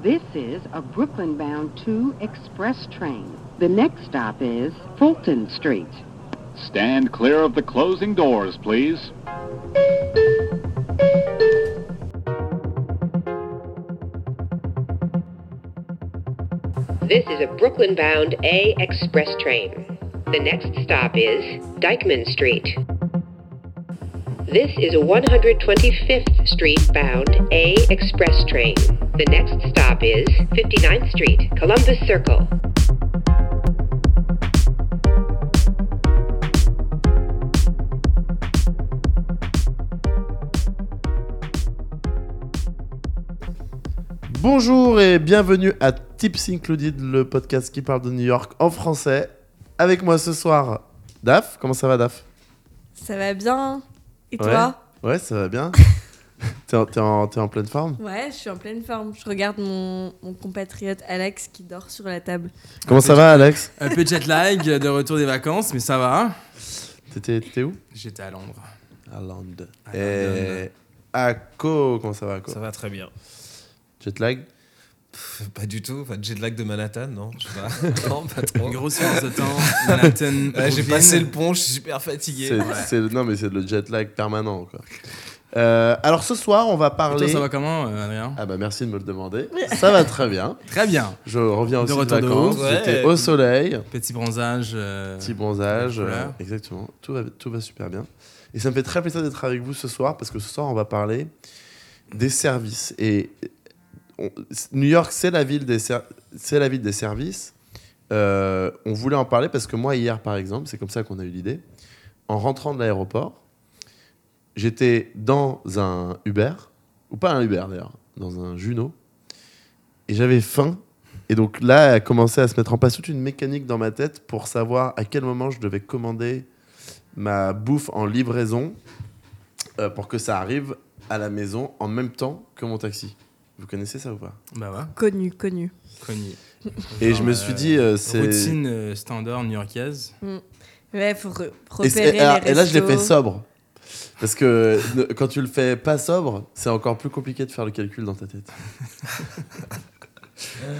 This is a Brooklyn-bound 2 express train. The next stop is Fulton Street. Stand clear of the closing doors, please. This is a Brooklyn-bound A express train. The next stop is Dyckman Street. This is a 125th Street bound A express train. The next stop is 59th Street, Columbus Circle. Bonjour et bienvenue à Tips Included, le podcast qui parle de New York en français. Avec moi ce soir, Daf. Comment ça va, Daf Ça va bien. Et toi ouais. ouais, ça va bien. t'es, en, t'es en- t'es en pleine forme Ouais, je suis en pleine forme. Je regarde mon, mon compatriote Alex qui dort sur la table. Comment ça va, Alex Un peu jet lag de retour des vacances, mais ça va. T'étais, t'étais où J'étais à Londres. À Londres. À Et Akko, comment ça va, Akko Ça va très bien. Jet lag Pff, Pas du tout. Enfin, jet lag de Manhattan, non Je sais pas. Non, pas trop. Une grosse séance de temps. Manhattan. Ouais, J'ai Brooklyn. passé le pont, je suis super fatigué. c'est, c'est le- Non, mais c'est le jet lag permanent, quoi. Euh, alors ce soir, on va Et parler. Toi, ça va comment, euh, Adrien Ah bah merci de me le demander. ça va Ah, très bien. Très bien. Je reviens De aussi de, retour de vacances. ouf. Ouais. J'étais au soleil. Petit bronzage. euh, Petit bronzage, la euh, couleur. exactement. Tout va, tout va super bien. Et ça me fait très plaisir d'être avec vous ce soir parce que ce soir, on va parler des services. Et euh, on- New York, c'est la ville des, ser- c'est la ville des services. Euh, on voulait en parler parce que moi, hier, par exemple, c'est comme ça qu'on a eu l'idée. En rentrant de l'aéroport, j'étais dans un Uber, ou pas un Uber d'ailleurs, dans un Juno, et j'avais faim. Et donc là, a commencé à se mettre en place toute une mécanique dans ma tête pour savoir à quel moment je devais commander ma bouffe en livraison euh, pour que ça arrive à la maison en même temps que mon taxi. Vous connaissez ça ou pas Bah ouais, Connu, connu. connu. Et Genre, je me suis dit, euh, c'est. Routine euh, standard new-yorkaise. Ouais, faut re- Et, c'est- repérer et alors- les et là, je l'ai fait restos. sobre. Parce que ne- quand tu le fais pas sobre, c'est encore plus compliqué de faire le calcul dans ta tête.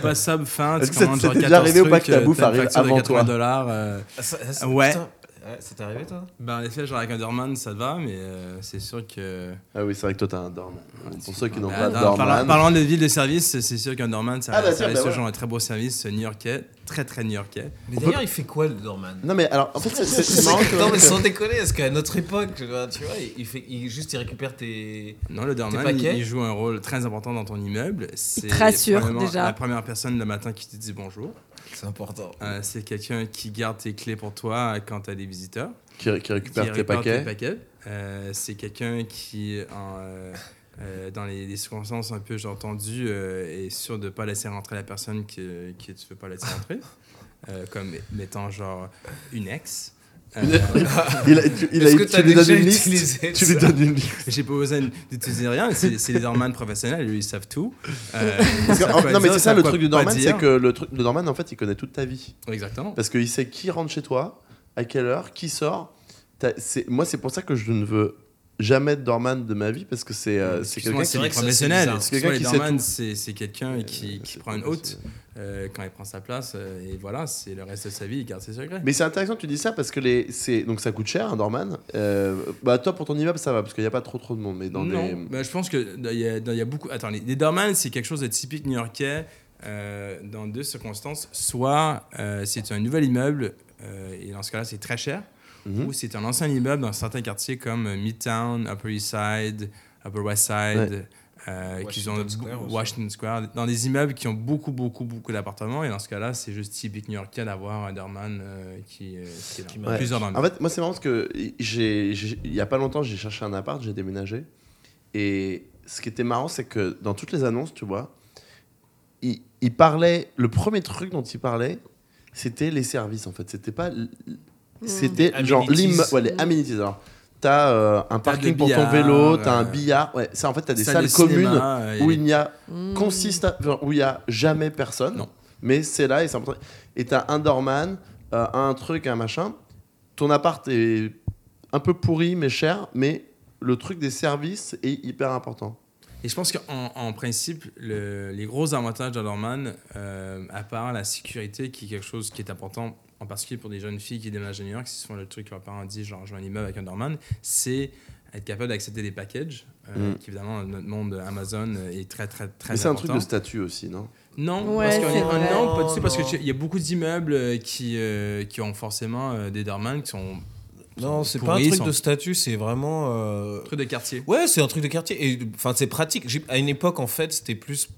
Pas sub, fin. Est-ce tu que ça commandes t'est genre déjà 14 arrivé ou pas trucs, que ta euh, bouffe t'as une arrive facture de avant toi 80 dollars. euh, Ah, ça- ah, ça- Ouais. putain. Ouais, Ça t'est arrivé, toi Bah, en effet, genre avec Underman, ça te va, mais euh, c'est sûr que. Ah oui, c'est vrai que toi, t'as un dorman. Pour ceux qui n'ont Bah, pas de hein. dans- parlant, dorman. parlant des villes de service, c'est- c'est sûr qu'un Norman, ça Ah, bah, ça tiens, reste bah, toujours voilà. un très beau service euh, new-yorkais, très très new-yorkais. Mais On d'ailleurs, il fait quoi, le Dorman Non, mais alors, en fait, c'est- c'est c'est marrant que. non mais sans déconner, parce qu'à notre époque, tu vois, tu vois, il fait, il, juste il récupère tes. Non, le Tes doorman, il, paquets il joue un rôle très important dans ton immeuble. C'est te rassure, probablement déjà. La première personne le matin qui te dit bonjour. C'est important. Euh, c'est quelqu'un qui garde tes clés pour toi quand tu as des visiteurs. Qui, qui qui récupère tes paquets. Euh, c'est quelqu'un qui, en, euh, euh, dans les, les circonstances un peu j'ai entendu, euh, est sûr de ne pas laisser rentrer la personne que, que tu veux pas laisser rentrer. Euh, comme mettant genre une ex. Euh, Il, a- tu, il a- Est-ce que tu t'as lui donnes déjà une liste. utilisé Tu lui ça donnes une liste. J'ai pas besoin d'utiliser rien, c'est c'est les dormans professionnels, eux, ils savent tout. Euh, ils Parce que- savent en- quoi oh, non, mais dire, c'est ils ça savent le quoi truc du pas dorman, dire. c'est que le truc le dorman, en fait, il connaît toute ta vie. Exactement. Parce qu'il sait qui rentre chez toi, à quelle heure, qui sort. T'as- c'est- Moi, c'est pour ça que je ne veux jamais être dorman de ma vie parce que c'est euh, c'est Excuse-moi, quelqu'un c'est qui. vrai vrai que que ça, professionnel. c'est bizarre. Parce C'est quelqu'un que qui sait Dorman, c'est c'est quelqu'un qui, Euh, qui c'est prend une pas haute possible. euh, quand il prend sa place euh, et voilà, c'est le reste de sa vie, il garde ses secrets. Mais c'est intéressant que tu dis ça parce que les, c'est- donc ça coûte cher un dorman. Euh, bah toi pour ton immeuble ça va parce qu'il n'y a pas trop trop de monde mais dans non, des bah, je pense que dans- il y, a- dans- il y a beaucoup. Attends, les, les Dorman, c'est quelque chose de typique new-yorkais euh, dans deux circonstances. Soit euh, c'est un nouvel immeuble euh, et dans ce cas-là, c'est très cher. Mhm. Ou c'est un ancien immeuble dans certains quartiers comme euh, Midtown, Upper East Side, Upper West Side, euh, qui ont Washington Square aussi. Washington Square, dans des immeubles qui ont beaucoup, beaucoup, beaucoup d'appartements. Et dans ce cas-là, c'est juste typique new-yorkais d'avoir un doorman euh, qui, euh, qui est dans Ouais. plusieurs dormans. En fait, moi, c'est marrant parce que j'ai, j'ai- il y a pas longtemps, j'ai cherché un appart, j'ai déménagé. Et ce qui était marrant, c'est que dans toutes les annonces, tu vois, il, il parlait, le premier truc dont il parlait, c'était les services, en fait. C'était pas. l- C'était Amenities. genre l'immeuble. Ouais, les amenities. Alors, t'as euh, un parking des pour ton billards, vélo, t'as un euh, billard. Ouais, ça, en fait, t'as des Salle salles de communes cinéma, euh, où et- il n'y a Mmh. Mm. consista- enfin, où il y a jamais personne. Non. Mais c'est là et c'est important. Et t'as un doorman, euh, un truc, un machin. Ton appart est un peu pourri mais cher, mais le truc des services est hyper important. Et je pense qu'en en principe, le- les gros avantages de l'hormone, euh, à part la sécurité, qui est quelque chose qui est important, en particulier pour des jeunes filles qui déménagent à New York, si souvent le truc que leurs parents disent, genre, je veux un immeuble avec un Dorman, c'est être capable d'accepter des packages, euh, Mm. qui évidemment, dans notre monde Amazon euh, est très, très, très Mais c'est un truc important. de statut aussi, non Non, Ouais, parce c'est qu'on est- vrai. non, pas du tout, parce Non. qu'il y a beaucoup d'immeubles euh, qui, euh, qui ont forcément euh, des dormants qui sont Non, c'est Pour pas un eux, ils truc sont- de statut, c'est vraiment. euh, trucs de quartier. Ouais, c'est un truc de quartier. Et enfin, c'est pratique. J'ai- À une époque, en fait, c'était plus.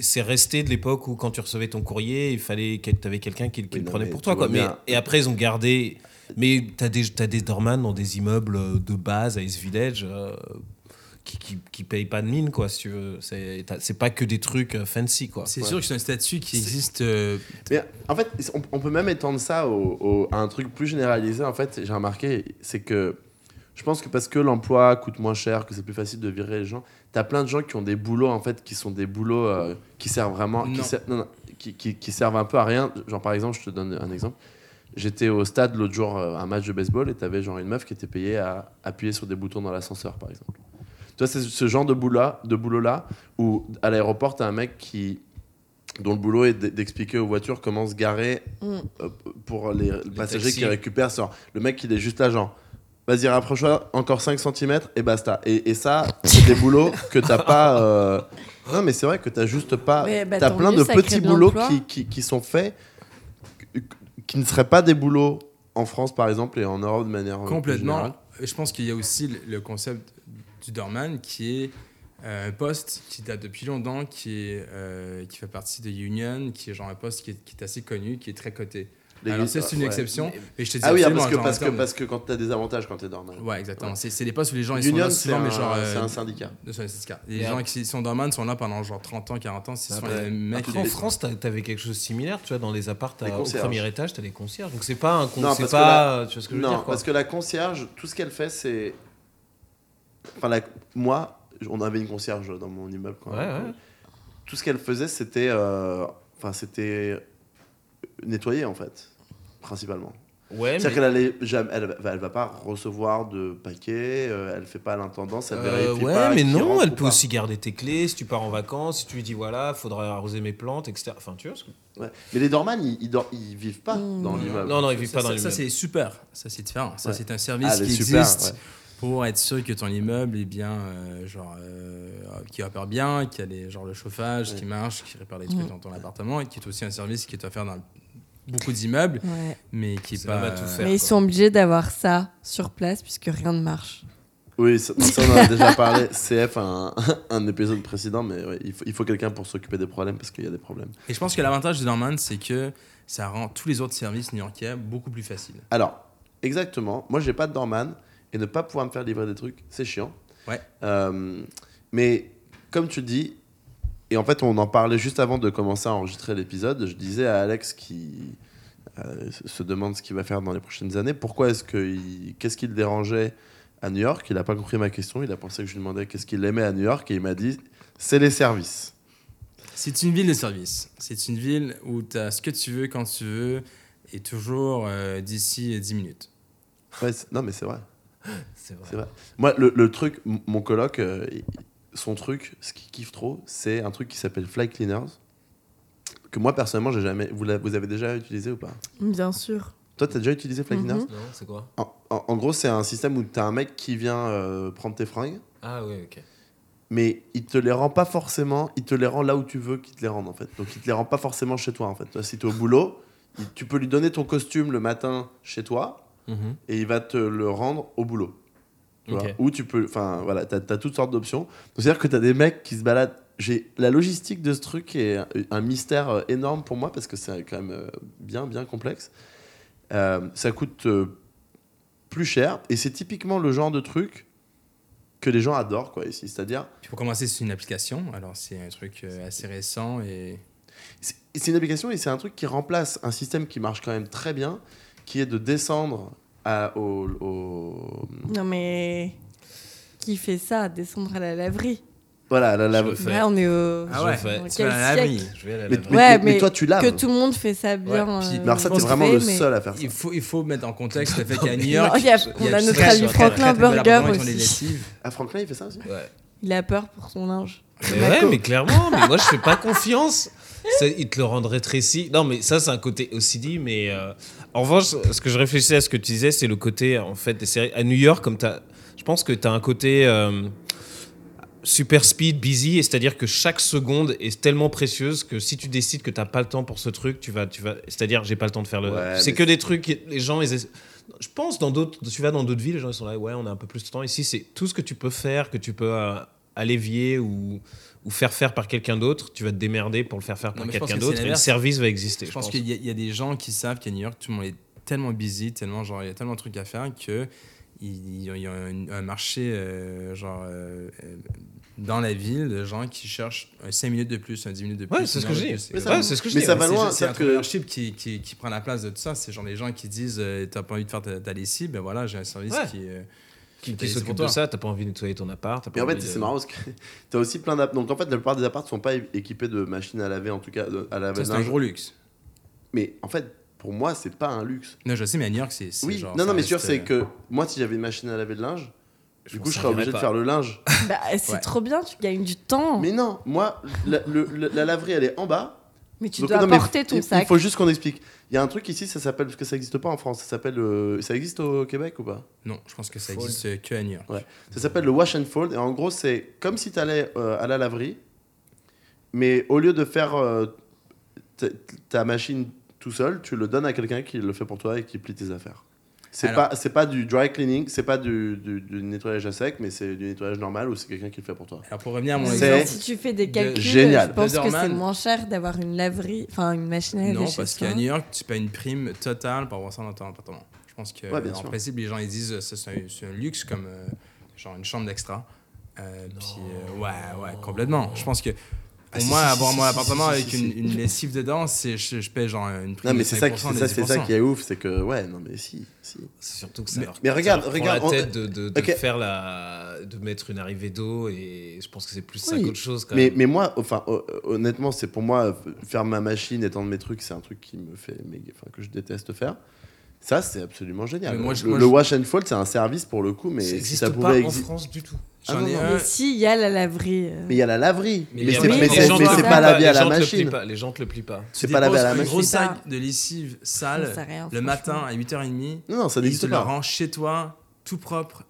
C'est resté de l'époque où quand tu recevais ton courrier, il fallait que tu avais quelqu'un qui, qui Oui, le non, prenait mais pour tout toi. va Quoi. Mais, bien. et après, ils ont gardé. Mais t'as des, t'as des dormans dans des immeubles de base à East Village euh, qui, qui, qui payent pas de mine, quoi, si tu veux. C'est t'as- c'est pas que des trucs euh, fancy, quoi. C'est Ouais. sûr que c'est un statut qui existe. euh, Mais en fait, on, on peut même étendre ça au- au- à un truc plus généralisé. En fait, j'ai remarqué, c'est que je pense que parce que l'emploi coûte moins cher, que c'est plus facile de virer les gens, t'as plein de gens qui ont des boulots en fait qui sont des boulots euh, qui servent vraiment, qui, Non. ser- non, non, qui, qui- qui servent un peu à rien. Genre par exemple, je te donne un exemple. J'étais au stade l'autre jour euh, un match de baseball et t'avais genre une meuf qui était payée à appuyer sur des boutons dans l'ascenseur par exemple. Tu vois, c'est ce genre de boulot de boulot là où à l'aéroport t'as un mec qui dont le boulot est d- d'expliquer aux voitures comment se garer Mm. euh, pour les, passagers taxis. qui récupèrent. Genre, le mec, il est juste agent. Vas-y, rapproche-toi, encore 5 cm et basta. Et, et ça, c'est des boulots que t'as pas. euh, Non, mais c'est vrai que t'as juste pas. Mais, bah, t'as tant plein mieux, de ça crée petits de boulots l'emploi. qui, qui, qui sont faits, qui- qui ne seraient pas des boulots en France, par exemple, et en Europe de manière. euh, plus générale. Complètement. Je pense qu'il y a aussi le- le concept du dorman qui est euh, un poste qui date depuis longtemps, qui, est, euh, qui fait partie de Union, qui est genre un poste qui est, qui est assez connu, qui est très coté. Les- Alors ça, c'est une ouais. exception. Mais je te dis Ah oui, ah, absolument, parce, que, genre, en parce, que, termes de- parce que quand t'as des avantages quand t'es dormant. Ouais, exactement. Ouais. C'est c'est des postes où les gens ils sont Union, là c'est souvent, un, mais genre. euh, c'est un syndicat. de son syndicat. Les Et gens après- qui sont dormants sont là pendant genre 30 ans, 40 ans, s'ils sont Après- les mecs. Après, en France, t'a- t'avais quelque chose de similaire, tu vois, dans les apparts, Les t'as- au concierges. premier étage, t'as les concierges. Donc c'est pas un con- Non, c'est parce pas, tu vois ce que je veux Non, dire, quoi. parce que la concierge, tout ce qu'elle fait, c'est. Enfin, la- moi, on avait une concierge dans mon immeuble. Quoi. Ouais, ouais. Tout ce qu'elle faisait, c'était. euh, Enfin, c'était. nettoyer, en fait, principalement. Ouais, Eh, mais- C'est-à-dire qu'elle allait jamais- elle, va- elle va pas recevoir de paquets, euh, elle fait pas l'intendance, elle Euh, vérifie ouais, pas mais qui non, rentre elle ou peut pas. aussi garder tes clés si tu pars en vacances, si tu lui dis voilà, faudra arroser mes plantes, etc. Enfin, tu vois. ce que- Ouais. Mais les dormans, ils, ils, dor- ils vivent pas Mm. dans l'immeuble. Hmm. Non, non, ils vivent Ça, pas dans les ça, c'est super. Ça, c'est différent. Ça, Ouais. c'est un service Ah, qui mais super, existe ouais. pour être sûr que ton immeuble est bien, euh, genre, euh, qui opère bien, qu'il y a les- genre, le chauffage qui marche, qui répare les trucs Mm. dans ton appartement, et qui est aussi un service qui est offert dans beaucoup d'immeubles, Ouais. mais qui est Ça pas. va tout faire. Mais ils quoi. sont obligés d'avoir ça sur place puisque rien ne marche. Oui, ça, ça, on en a déjà parlé. CF, un, un épisode précédent, mais ouais, il faut, il faut quelqu'un pour s'occuper des problèmes parce qu'il y a des problèmes. Et je pense que l'avantage du Norman, c'est que ça rend tous les autres services new-yorkais beaucoup plus faciles. Alors, exactement. Moi, j'ai pas de doorman et ne pas pouvoir me faire livrer des trucs, c'est chiant. Ouais. Euh, mais comme tu dis, et en fait, on en parlait juste avant de commencer à enregistrer l'épisode, je disais à Alex qui euh, se demande ce qu'il va faire dans les prochaines années, pourquoi est-ce que il- qu'est-ce qui le dérangeait à New York Il n'a pas compris ma question, il a pensé que je lui demandais qu'est-ce qu'il aimait à New York et il m'a dit c'est les services. C'est une ville de service. C'est une ville où tu as ce que tu veux quand tu veux et toujours euh, d'ici 10 minutes. Ouais, c'est- non, mais c'est vrai. C'est vrai. C'est vrai. Moi, le, le truc, m- mon coloc, euh, il- son truc, ce qu'il kiffe trop, c'est un truc qui s'appelle Fly Cleaners. Que moi, personnellement, j'ai jamais. Vous, l'avez- vous avez déjà utilisé ou pas Bien sûr. Toi, t'as déjà utilisé Fly Mhm. Cleaners Non, c'est quoi en, en- en gros, c'est un système où t'as un mec qui vient euh, prendre tes fringues, Ah ouais, ok. mais il te les rend pas forcément. Il te les rend là où tu veux qu'il te les rende, en fait. Donc, il te les rend pas forcément chez toi, en fait. Toi, si t'es au boulot, il- tu peux lui donner ton costume le matin chez toi Mm-hmm. et il va te le rendre au boulot. Tu vois. Ok. Ou tu peux. Enfin, voilà, t'as as toutes sortes d'options. Donc, c'est-à-dire que t'as des mecs qui se baladent. J'ai la logistique de ce truc est un, un mystère euh, énorme pour moi parce que c'est quand même euh, bien, bien complexe. Euh, ça coûte euh, plus cher et c'est typiquement le genre de truc que les gens adorent quoi ici. C'est-à-dire, Puis pour commencer, c'est une application. Alors, c'est un truc euh, assez récent et. c'est c'est une application et c'est un truc qui remplace un système qui marche quand même très bien, qui est de descendre à, au, au- Non mais qui fait ça Descendre à la laverie. voilà la, la- Je le fais. Là on est au. Ah ouais, Je fais- Dans tu quel vas à la siècle laverie. Je vais aller Mais, la mais- Ouais, mais mais toi tu laves. Que tout le monde fait ça bien. Ouais, puis- euh, Mais alors ça, vous t'es trouvez, vraiment le mais- seul à faire ça. Il faut, il faut mettre en contexte le fait Non, qu'à mais- New Non, York. il y a- on a notre ami Franklin Burger aussi. Ah, Franklin, il fait ça aussi Ouais. Il a peur pour son linge. Mais ouais, mais clairement, mais moi je fais pas confiance. C'est- Il te le rendrait rétréci. Non, mais ça, c'est un côté OCD. Mais euh, en revanche, ce que je réfléchissais à ce que tu disais, c'est le côté en fait des séries. À New York, comme t'as- je pense que tu as un côté euh, super speed, busy, et c'est-à-dire que chaque seconde est tellement précieuse que si tu décides que tu pas le temps pour ce truc, tu vas. Tu vas c'est-à-dire, j'ai pas le temps de faire le. Ouais, c'est mais- que des trucs. Les gens, ils. essa- Je pense dans d'autres, tu vas dans d'autres villes, les gens ils sont là, ouais, on a un peu plus de temps. Ici, c'est tout ce que tu peux faire, que tu peux euh, à l'évier ou, ou faire faire par quelqu'un d'autre, tu vas te démerder pour le faire faire Non, par mais je pense quelqu'un que c'est d'autre et le l'inverse. service va exister. Je pense qu'il y, a- il y a des gens qui savent qu'à New York, tout le monde est tellement busy, tellement genre, il y a tellement de trucs à faire que il il y a, il y a un, un marché euh, genre euh, euh, dans la ville de gens qui cherchent un 5 minutes de plus, un 10 minutes de plus. Ouais, c'est ce une que heure je de dis. plus. Ouais, ça- c'est ce que je mais dis. ça Ouais, va c'est Ah bah loin, juste- C'est un c'est-à-dire que- entrepreneurship qui, qui, qui prend la place de tout ça. C'est genre les gens qui disent euh, T'as pas envie de faire ta, ta lessive, ben voilà, j'ai un service Ouais. qui. euh, Ah Qui, qui s'occupe s'occupe de de ça, t'as pas envie de nettoyer ton appart. t'as pas Mais en fait, envie de- c'est marrant parce que t'as aussi plein d'app. Donc en fait, la plupart des apparts sont pas é- équipés de machines à laver, en tout cas de- à laver ça, de c'est un linge. gros luxe. Mais en fait, pour moi, c'est pas un luxe. Non, je sais, mais à New York, c'est. c'est Oui, genre, non, ça non, mais sûr, reste, c'est euh, que moi, si j'avais une machine à laver de linge, du pense coup, que je ça serais obligé irait de pas. faire le linge. Bah, c'est Ouais. trop bien, tu gagnes du temps. Mais, Mais non, moi, la, le- la- la laverie, elle est en bas. tu Donc, dois non, mais porter ton il, sac. Il faut juste qu'on explique. Il y a un truc ici, ça s'appelle, parce que ça n'existe pas en France, ça s'appelle. euh, ça existe au Québec ou pas Non, je pense que ça Fold. existe euh, que à New York. Ça s'appelle le wash and fold. Et en gros, c'est comme si tu allais à la laverie, mais au lieu de faire euh, ta- ta machine tout seul, tu le donnes à quelqu'un qui le fait pour toi et qui plie tes affaires. C'est Alors- pas, c'est pas du dry cleaning, c'est pas du, du- du nettoyage à sec, mais c'est du nettoyage normal où c'est quelqu'un qui le fait pour toi. Alors pour revenir à mon C'est- exemple, Euh, si tu fais des de- calculs, génial. je pense De que c'est Dorman. moins cher d'avoir une laverie, enfin une machine à laver Non, chez parce soi. qu'à New York, tu payes une prime totale pour avoir ça dans ton appartement. Je pense que, Ouais, bien en sûr. principe, les gens ils disent euh, ça, c'est un, c'est un luxe comme euh, genre une chambre d'extra. Euh, puis, euh, ouais, ouais, complètement. Je pense que pour Ah, si, moi, si, avoir si, mon si, appartement si, si, avec si, une, une lessive dedans, c'est, je, je paye genre une prime Non, mais de c'est ça, qui- 5%, c'est ça, des c'est ça 10%. qui est ouf, c'est que ouais, non mais si, si. C'est surtout que ça Mais- leur, mais ça regarde, leur prend regarde, on- la tête de, de- de Ok. faire la, de mettre une arrivée d'eau et je pense que c'est plus ça Oui. qu'autre chose. Quand Mais, même. mais moi, enfin, ho- honnêtement, c'est pour moi, euh, faire ma machine, étendre mes trucs, c'est un truc qui me fait, méga- enfin, que je déteste faire. Ça, c'est absolument génial. Mais moi, je- le, moi, le je- wash and fold, c'est un service pour le coup, mais ça si n'existe ça pas pouvait en exi- France du tout. J'en ai Ah, non, un. Mais si, il y a la laverie. euh. Mais il y a la laverie. Mais, Mais il y a c'est la- mais les c'est- gens mais te c'est le pas laver lavé à les la gens te le plient machine. pas, les gens te le plient pas. C'est Tu pas lavé à déposes la un gros machine. machine. sac de lessive Ça sert à rien, sale le franchement. matin à 8h30. Non, non, ça Ils te n'existe le pas. rangent chez toi, tout propre,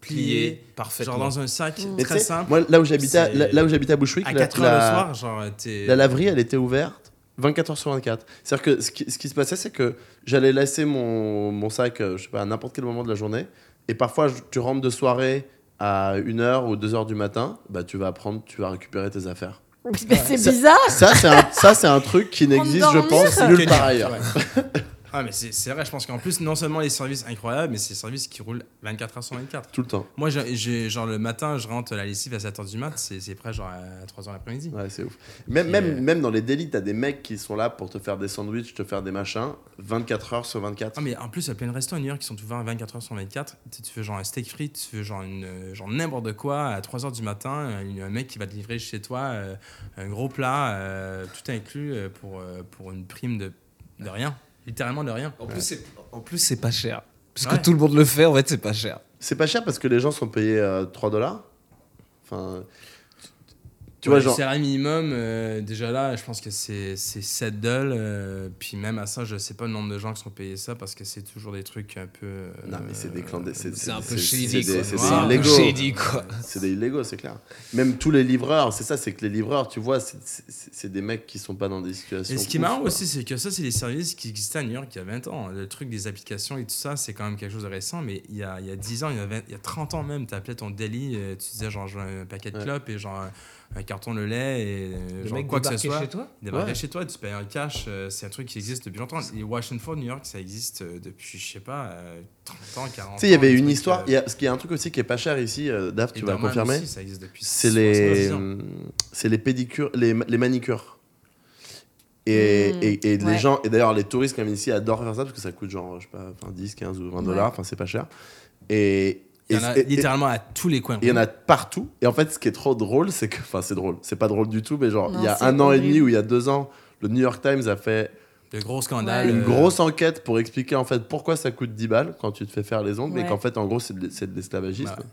plié, Plié parfaitement. genre dans un sac Mm. Mais tu très sais, simple. moi, là où j'habitais, à- c'est- là là où j'habitais à Bouchouik, À la, 4h le la- soir, genre, t'es. la laverie, elle était ouverte 24 h sur 24. C'est-à-dire que ce qui, ce qui se passait, c'est que j'allais laisser mon, mon sac, euh, je sais pas, à n'importe quel moment de la journée. Et parfois, je- tu rentres de soirée à 1h ou 2h du matin, bah, tu vas prendre, tu vas récupérer tes affaires. Mais c'est Ça- bizarre. Ça, c'est un, ça, c'est un truc qui n'existe, je dormir. pense, C'est nulle que part ailleurs. dire. Ouais. ah, mais c'est c'est vrai, je pense qu'en plus, non seulement les services incroyables, mais c'est des services qui roulent 24 heures sur 24. Tout le temps. Moi, j'ai- j'ai- genre le matin, je rentre la lessive à 7h du mat, c'est c'est prêt genre à 3h l'après-midi. Ouais, c'est ouf. Même, Et, même, euh, même dans les délits, t'as des mecs qui sont là pour te faire des sandwichs, te faire des machins, 24 heures sur 24. Ah, mais en plus, il y a plein de restos à New York qui sont ouverts 24 heures sur 24. Tu, tu veux genre un steak frit, tu veux genre une- euh, genre n'importe quoi à 3h du matin, euh, une- un mec qui va te livrer chez toi euh, un gros plat, euh, tout inclus euh, pour, euh, pour une prime de, de rien, littéralement de rien. En plus, c'est- en plus, c'est pas cher. Parce que Ouais. tout le monde le fait, en fait, c'est pas cher. C'est pas cher parce que les gens sont payés euh, 3 dollars. Enfin, tu- tu Ouais, vois, genre. Le salaire minimum, euh, déjà là, je pense que c'est c'est 7 dollars. euh, puis même à ça, je sais pas le nombre de gens qui sont payés ça parce que c'est toujours des trucs un peu. euh, Non, mais c'est des clandestins. C'est un c'est- peu shady, c'est des- quoi. C'est Ouais, Ah, un des peu illégaux. shady, quoi. C'est des illégaux, c'est clair. Même tous les livreurs, c'est ça, c'est que les livreurs, tu vois, c'est- c'est c'est des mecs qui sont pas dans des situations. Et ce qui est ouf, marrant quoi. aussi, c'est que ça, c'est des services qui existaient à New York il y a 20 ans. Le truc des applications et tout ça, c'est quand même quelque chose de récent. Mais il y a, il y a 10 ans, il y a, 20 il y a 30 ans même, tu appelais ton deli, euh, tu disais genre, je veux un paquet de Ouais. clopes et genre un, un carton de lait et euh, genre, quoi que ce soit. toi Il débarque Ouais. chez toi, tu payes un cash, euh, c'est un truc qui existe depuis longtemps. Et Washington, New York, ça existe euh, depuis, je sais pas, euh, 30 ans, 40 ans. Tu sais, il y avait un une truc, histoire. euh, il y a- ce qui est un truc aussi qui est pas cher ici, euh, Dave, et tu vas Dorman confirmer. aussi, ça existe depuis C'est les, 70 ans. c'est les pédicures, les, les manicures. Et, Mm, et, et les ouais. gens, et d'ailleurs, les touristes qui viennent ici adorent faire ça parce que ça coûte genre, je sais pas, enfin, 10, 15 ou 20 Ouais. dollars, enfin, c'est pas cher. Et Il y et- en a et- et- littéralement à tous les coins. il y en a partout. Et en fait, ce qui est trop drôle, c'est que. Enfin, c'est drôle. C'est pas drôle du tout, mais genre, Non, il y a c'est un an et horrible. demi ou il y a deux ans, le New York Times a fait De gros scandales. Ouais. une euh, grosse enquête pour expliquer en fait pourquoi ça coûte 10 balles quand tu te fais faire les ongles et Ouais. qu'en fait, en gros, c'est de, l'es- c'est de l'esclavagisme. Bah ouais.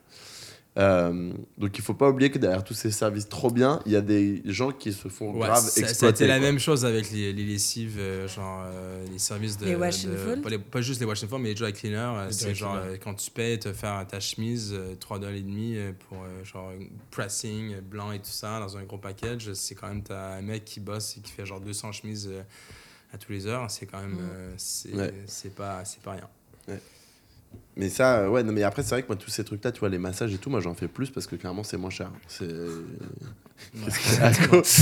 Euh, donc il faut pas oublier que derrière tous ces services trop bien, il y a des gens qui se font Ouais, grave ça, ça a exploiter. été la quoi. même chose avec les, les lessives, euh, genre euh, les services de. Les wash and de- fold. pas, les- pas juste les wash and fold, mais les dry cleaners. euh, Les C'est dry genre cleaners. euh, quand tu payes, te faire ta chemise, euh, 3,5$ pour euh, genre une pressing, euh, blanc et tout ça, dans un gros package. C'est quand même, t'as un mec qui bosse et qui fait genre 200 chemises euh, à tous les heures. C'est quand même. Mm. euh, c'est Ouais. c'est pas, c'est pas rien. Mais ça, euh, ouais, non, mais après, c'est vrai que moi, tous ces trucs-là, tu vois, les massages et tout, moi, j'en fais plus parce que clairement, c'est moins cher. C'est. Qu'est-ce qu'il y a à cause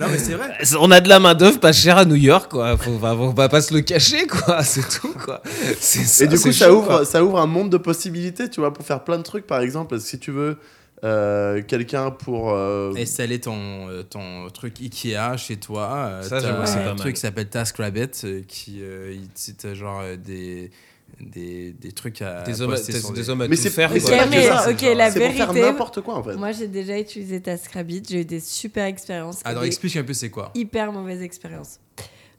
non, mais c'est vrai! On a de la main d'œuvre pas chère à New York, quoi. Faut, pas- faut pas, pas se le cacher, quoi. C'est tout, quoi. C'est ça, Et du c'est coup, ça chaud, ouvre, quoi. ça ouvre un monde de possibilités, tu vois, pour faire plein de trucs. Par exemple, si tu veux euh, quelqu'un pour. euh, installer ton, euh, ton truc Ikea chez toi. euh, Ça, t'as j'avoue, c'est pas un mal. truc qui s'appelle TaskRabbit euh, qui euh, il- c'est, euh, genre euh, des, des, des trucs à Des hommes, à- poster des- sur des hommes à Mais tout c'est- faire, mais quoi. c'est pas Ok, que mais ça, c'est ok, genre- la c'est pour faire vérité. n'importe quoi, en fait. Moi, j'ai déjà utilisé TaskRabbit. J'ai eu des super expériences. et Ah, Alors des explique un peu c'est quoi. hyper mauvaise expérience.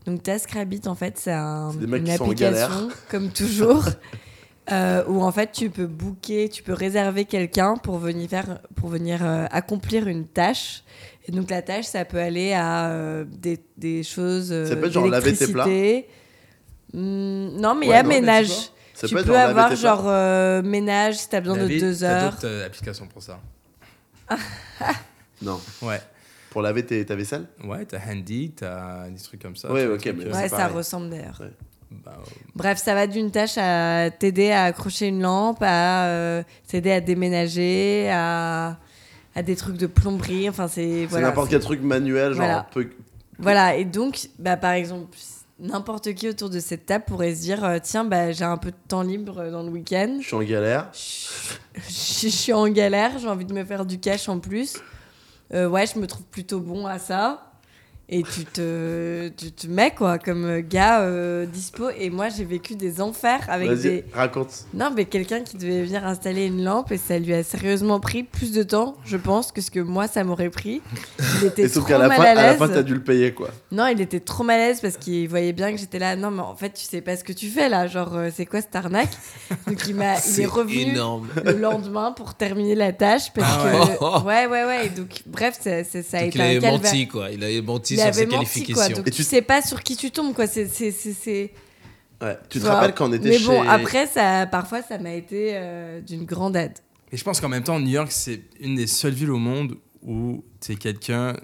Donc TaskRabbit, en fait, c'est un- C'est des mecs une qui sont en application, galère. comme toujours, euh, où en fait tu peux booker, tu peux réserver quelqu'un pour venir, faire, pour venir euh, accomplir une tâche. Et donc la tâche, ça peut aller à euh, des, des choses. euh, Ça peut être genre laver tes plats. d'électricité. Hmm, non, mais il y Ouais, a non, mais ménage. c'est Ça tu peut être peux genre laver avoir tes plats. genre euh, ménage si t'as besoin David, de deux t'as heures. d'autres euh, applications pour ça. Non, Ouais, pour laver tes- ta vaisselle ouais t'as Handy, t'as des trucs comme ça. Ouais, t'as des ok, trucs, mais euh, c'est Ouais, ça pareil. ressemble d'ailleurs. bah, euh, Bref, ça va d'une tâche à t'aider à accrocher une lampe, à euh, t'aider à déménager, à, à des trucs de plomberie. Enfin, c'est C'est voilà. n'importe quel truc manuel, genre. Voilà. peu- Voilà. Et donc, bah, par exemple, n'importe qui autour de cette table pourrait se dire euh, tiens, bah, j'ai un peu de temps libre euh, dans le week-end. Je suis en galère. Je je suis en galère, j'ai envie de me faire du cash en plus. Euh, ouais, je me trouve plutôt bon à ça. Et tu te, tu te mets quoi comme gars euh, dispo. Et moi, j'ai vécu des enfers avec Vas-y, des. raconte. Non, mais quelqu'un qui devait venir installer une lampe et ça lui a sérieusement pris plus de temps, je pense, que ce que moi ça m'aurait pris. Il était Et sauf trop qu'à la, mal fin- à à la fin, t'as l'aise. dû le payer, quoi. Non, il était trop mal à l'aise parce qu'il voyait bien que j'étais là. Non, mais en fait, tu sais pas ce que tu fais là. Genre, euh, c'est quoi cette arnaque Donc, il, m'a, il C'est est revenu énorme. le lendemain pour terminer la tâche parce Ah que. Ouais, ouais, ouais. Et donc, bref, ça, ça- ça a Donc été il avait un calvaire. menti, quoi. Il avait menti Il sur avait ses menti, quoi. qualifications. Donc, Et tu tu- sais pas sur qui tu tombes, quoi. C'est. c'est, c'est, c'est... Ouais. Tu te Voilà. rappelles quand on était Mais chez. bon, après, ça, parfois, ça m'a été euh, d'une grande aide. Et je pense qu'en même temps, New York, c'est une des seules villes au monde où tu es quelqu'un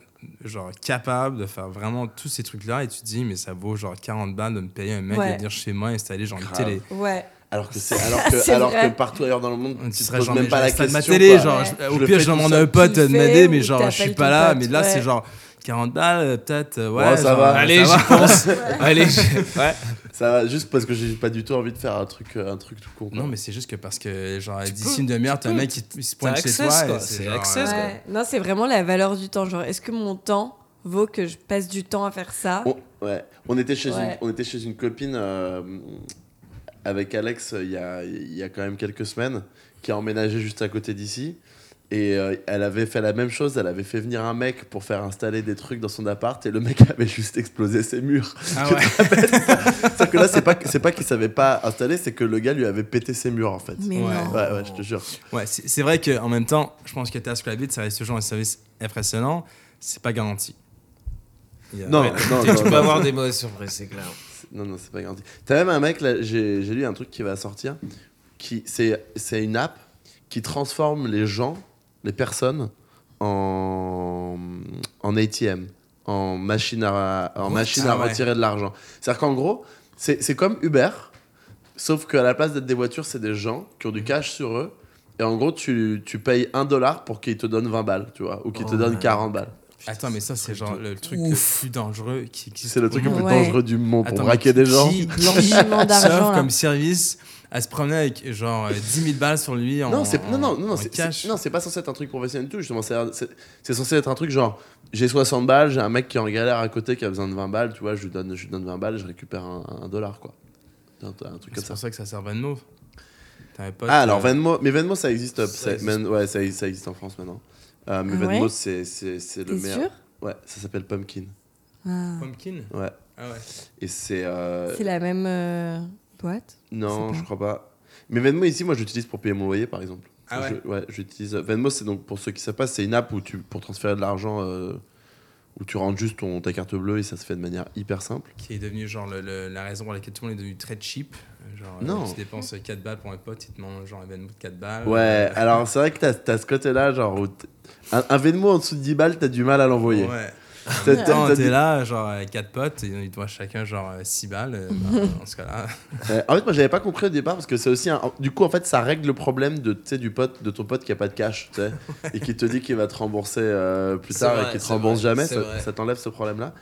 genre capable de faire vraiment tous ces trucs-là et tu te dis, mais ça vaut genre 40 balles de me payer un mec Ouais. de venir chez moi installer genre une Grave. télé. Ouais. Alors que, c'est- alors C'est que, alors vrai. que partout ailleurs dans le monde, On tu se te serait poses genre, même mais pas je la reste pas de question. ma télé, quoi. genre, Ouais. je- Je au le pire, fais je demande tout à un seul. pote Tu de le demander, fais mais ou genre, je suis t'appelles pas ton là, pote, mais là, ouais. c'est genre 40 balles, peut-être, euh, ouais, Ouais, ça genre, va. Allez, ça j'y va. pense. Allez, je- ouais. Ça va, juste parce que j'ai pas du tout envie de faire un truc, euh, un truc tout con. quoi. Non, mais c'est juste que parce que, genre, peux, d'ici une demi-heure, t'as un peux. mec qui te- il se pointe chez access, toi. quoi. et C'est genre, access, euh, quoi. Ouais. Non, c'est vraiment la valeur du temps. Genre, est-ce que mon temps vaut que je passe du temps à faire ça On, ouais. on, était chez Hein Ouais. une, on était chez une copine euh, avec Alex euh, il y, a, il y a quand même quelques semaines, qui a emménagé juste à côté d'ici. Et euh, elle avait fait la même chose, elle avait fait venir un mec pour faire installer des trucs dans son appart et le mec avait juste explosé ses murs. Ah ouais. Sauf que là, c'est pas, c'est pas qu'il savait pas installer, c'est que le gars lui avait pété ses murs en fait. Mais Ouais. non. Ouais, ouais, je te jure. Ouais, c'est c'est vrai qu'en même temps, je pense que TaskRabbit, ça reste toujours un service impressionnant. C'est pas garanti. Il y a- Non, Ouais. non, Tu non, peux non. avoir des mauvaises surprises, c'est clair. Non, non, c'est pas garanti. T'as même un mec, là, j'ai j'ai lu un truc qui va sortir, qui c'est c'est une app qui transforme les gens, les personnes, en, en ATM, en machine à, en What machine Ah à ouais. retirer de l'argent. C'est-à-dire qu'en gros, c'est c'est comme Uber, sauf qu'à la place d'être des voitures, c'est des gens qui ont du cash sur eux. Et en gros, tu, tu payes un dollar pour qu'ils te donnent 20 balles, tu vois, ou qu'ils te Oh, donnent man. 40 balles. Attends, mais ça, c'est genre le truc Ouf. le plus dangereux qui existe. C'est le au truc le monde. plus Ouais. dangereux du monde pour Attends, braquer mais des gens. qui- Blanchiment qui d'argent, s'offre là. comme service à se promener avec genre euh, 10 000 balles sur lui en Non, c'est non, non, en- non, en c'est- cash. c'est- non, c'est pas censé être un truc professionnel du tout. Justement, c'est c'est- c'est censé être un truc genre j'ai 60 balles, j'ai un mec qui est en galère à côté qui a besoin de 20 balles, tu vois, je lui donne, je lui donne 20 balles, je récupère un, un dollar quoi. Un, un truc comme C'est ça. pour ça que ça sert Venmo. T'as un pote, Ah alors euh, Venmo, mais Venmo ça existe, ça c'est- existe. Men- ouais, ça, existe- ça existe en France maintenant. Euh, mais Ah Venmo ouais c'est c'est- c'est le T'es meilleur. sûr Ouais, ça s'appelle Pumpkin. Ah. Pumpkin Ouais. Ah ouais. Et c'est euh, C'est la même euh, boîte non, c'est je pas- crois pas. Mais Venmo ici, moi j'utilise pour payer mon loyer par exemple. Ah ouais. Je- j'utilise euh, Venmo, c'est donc pour ceux qui savent pas, c'est une app où tu pour transférer de l'argent euh, où tu rentres juste ton, ta carte bleue et ça se fait de manière hyper simple. Qui est devenu genre le- le- la raison pour laquelle tout le monde est devenu très cheap. Genre, euh, Non. tu dépenses 4 balles pour un pote, il te demande genre un Venmo de 4 balles. Euh, Ouais, ah alors c'est vrai que t'as, t'as ce côté-là, genre où t- un, un Venmo en dessous de 10 balles, t'as du mal à l'envoyer. Ouais. T'as- t'as- Attends, t'as t'es du- là, genre euh, quatre potes, et ils doivent chacun genre euh, six balles. euh, bah, dans ce cas-là, Euh, en fait, moi j'avais pas compris au départ parce que c'est aussi un. Du coup, en fait, ça règle le problème de, tu sais, du pote, de ton pote qui a pas de cash tu sais, et qui te dit qu'il va te rembourser euh, plus C'est tard vrai, et qui te c'est rembourse vrai, jamais. c'est Ça, vrai. ça t'enlève ce problème-là.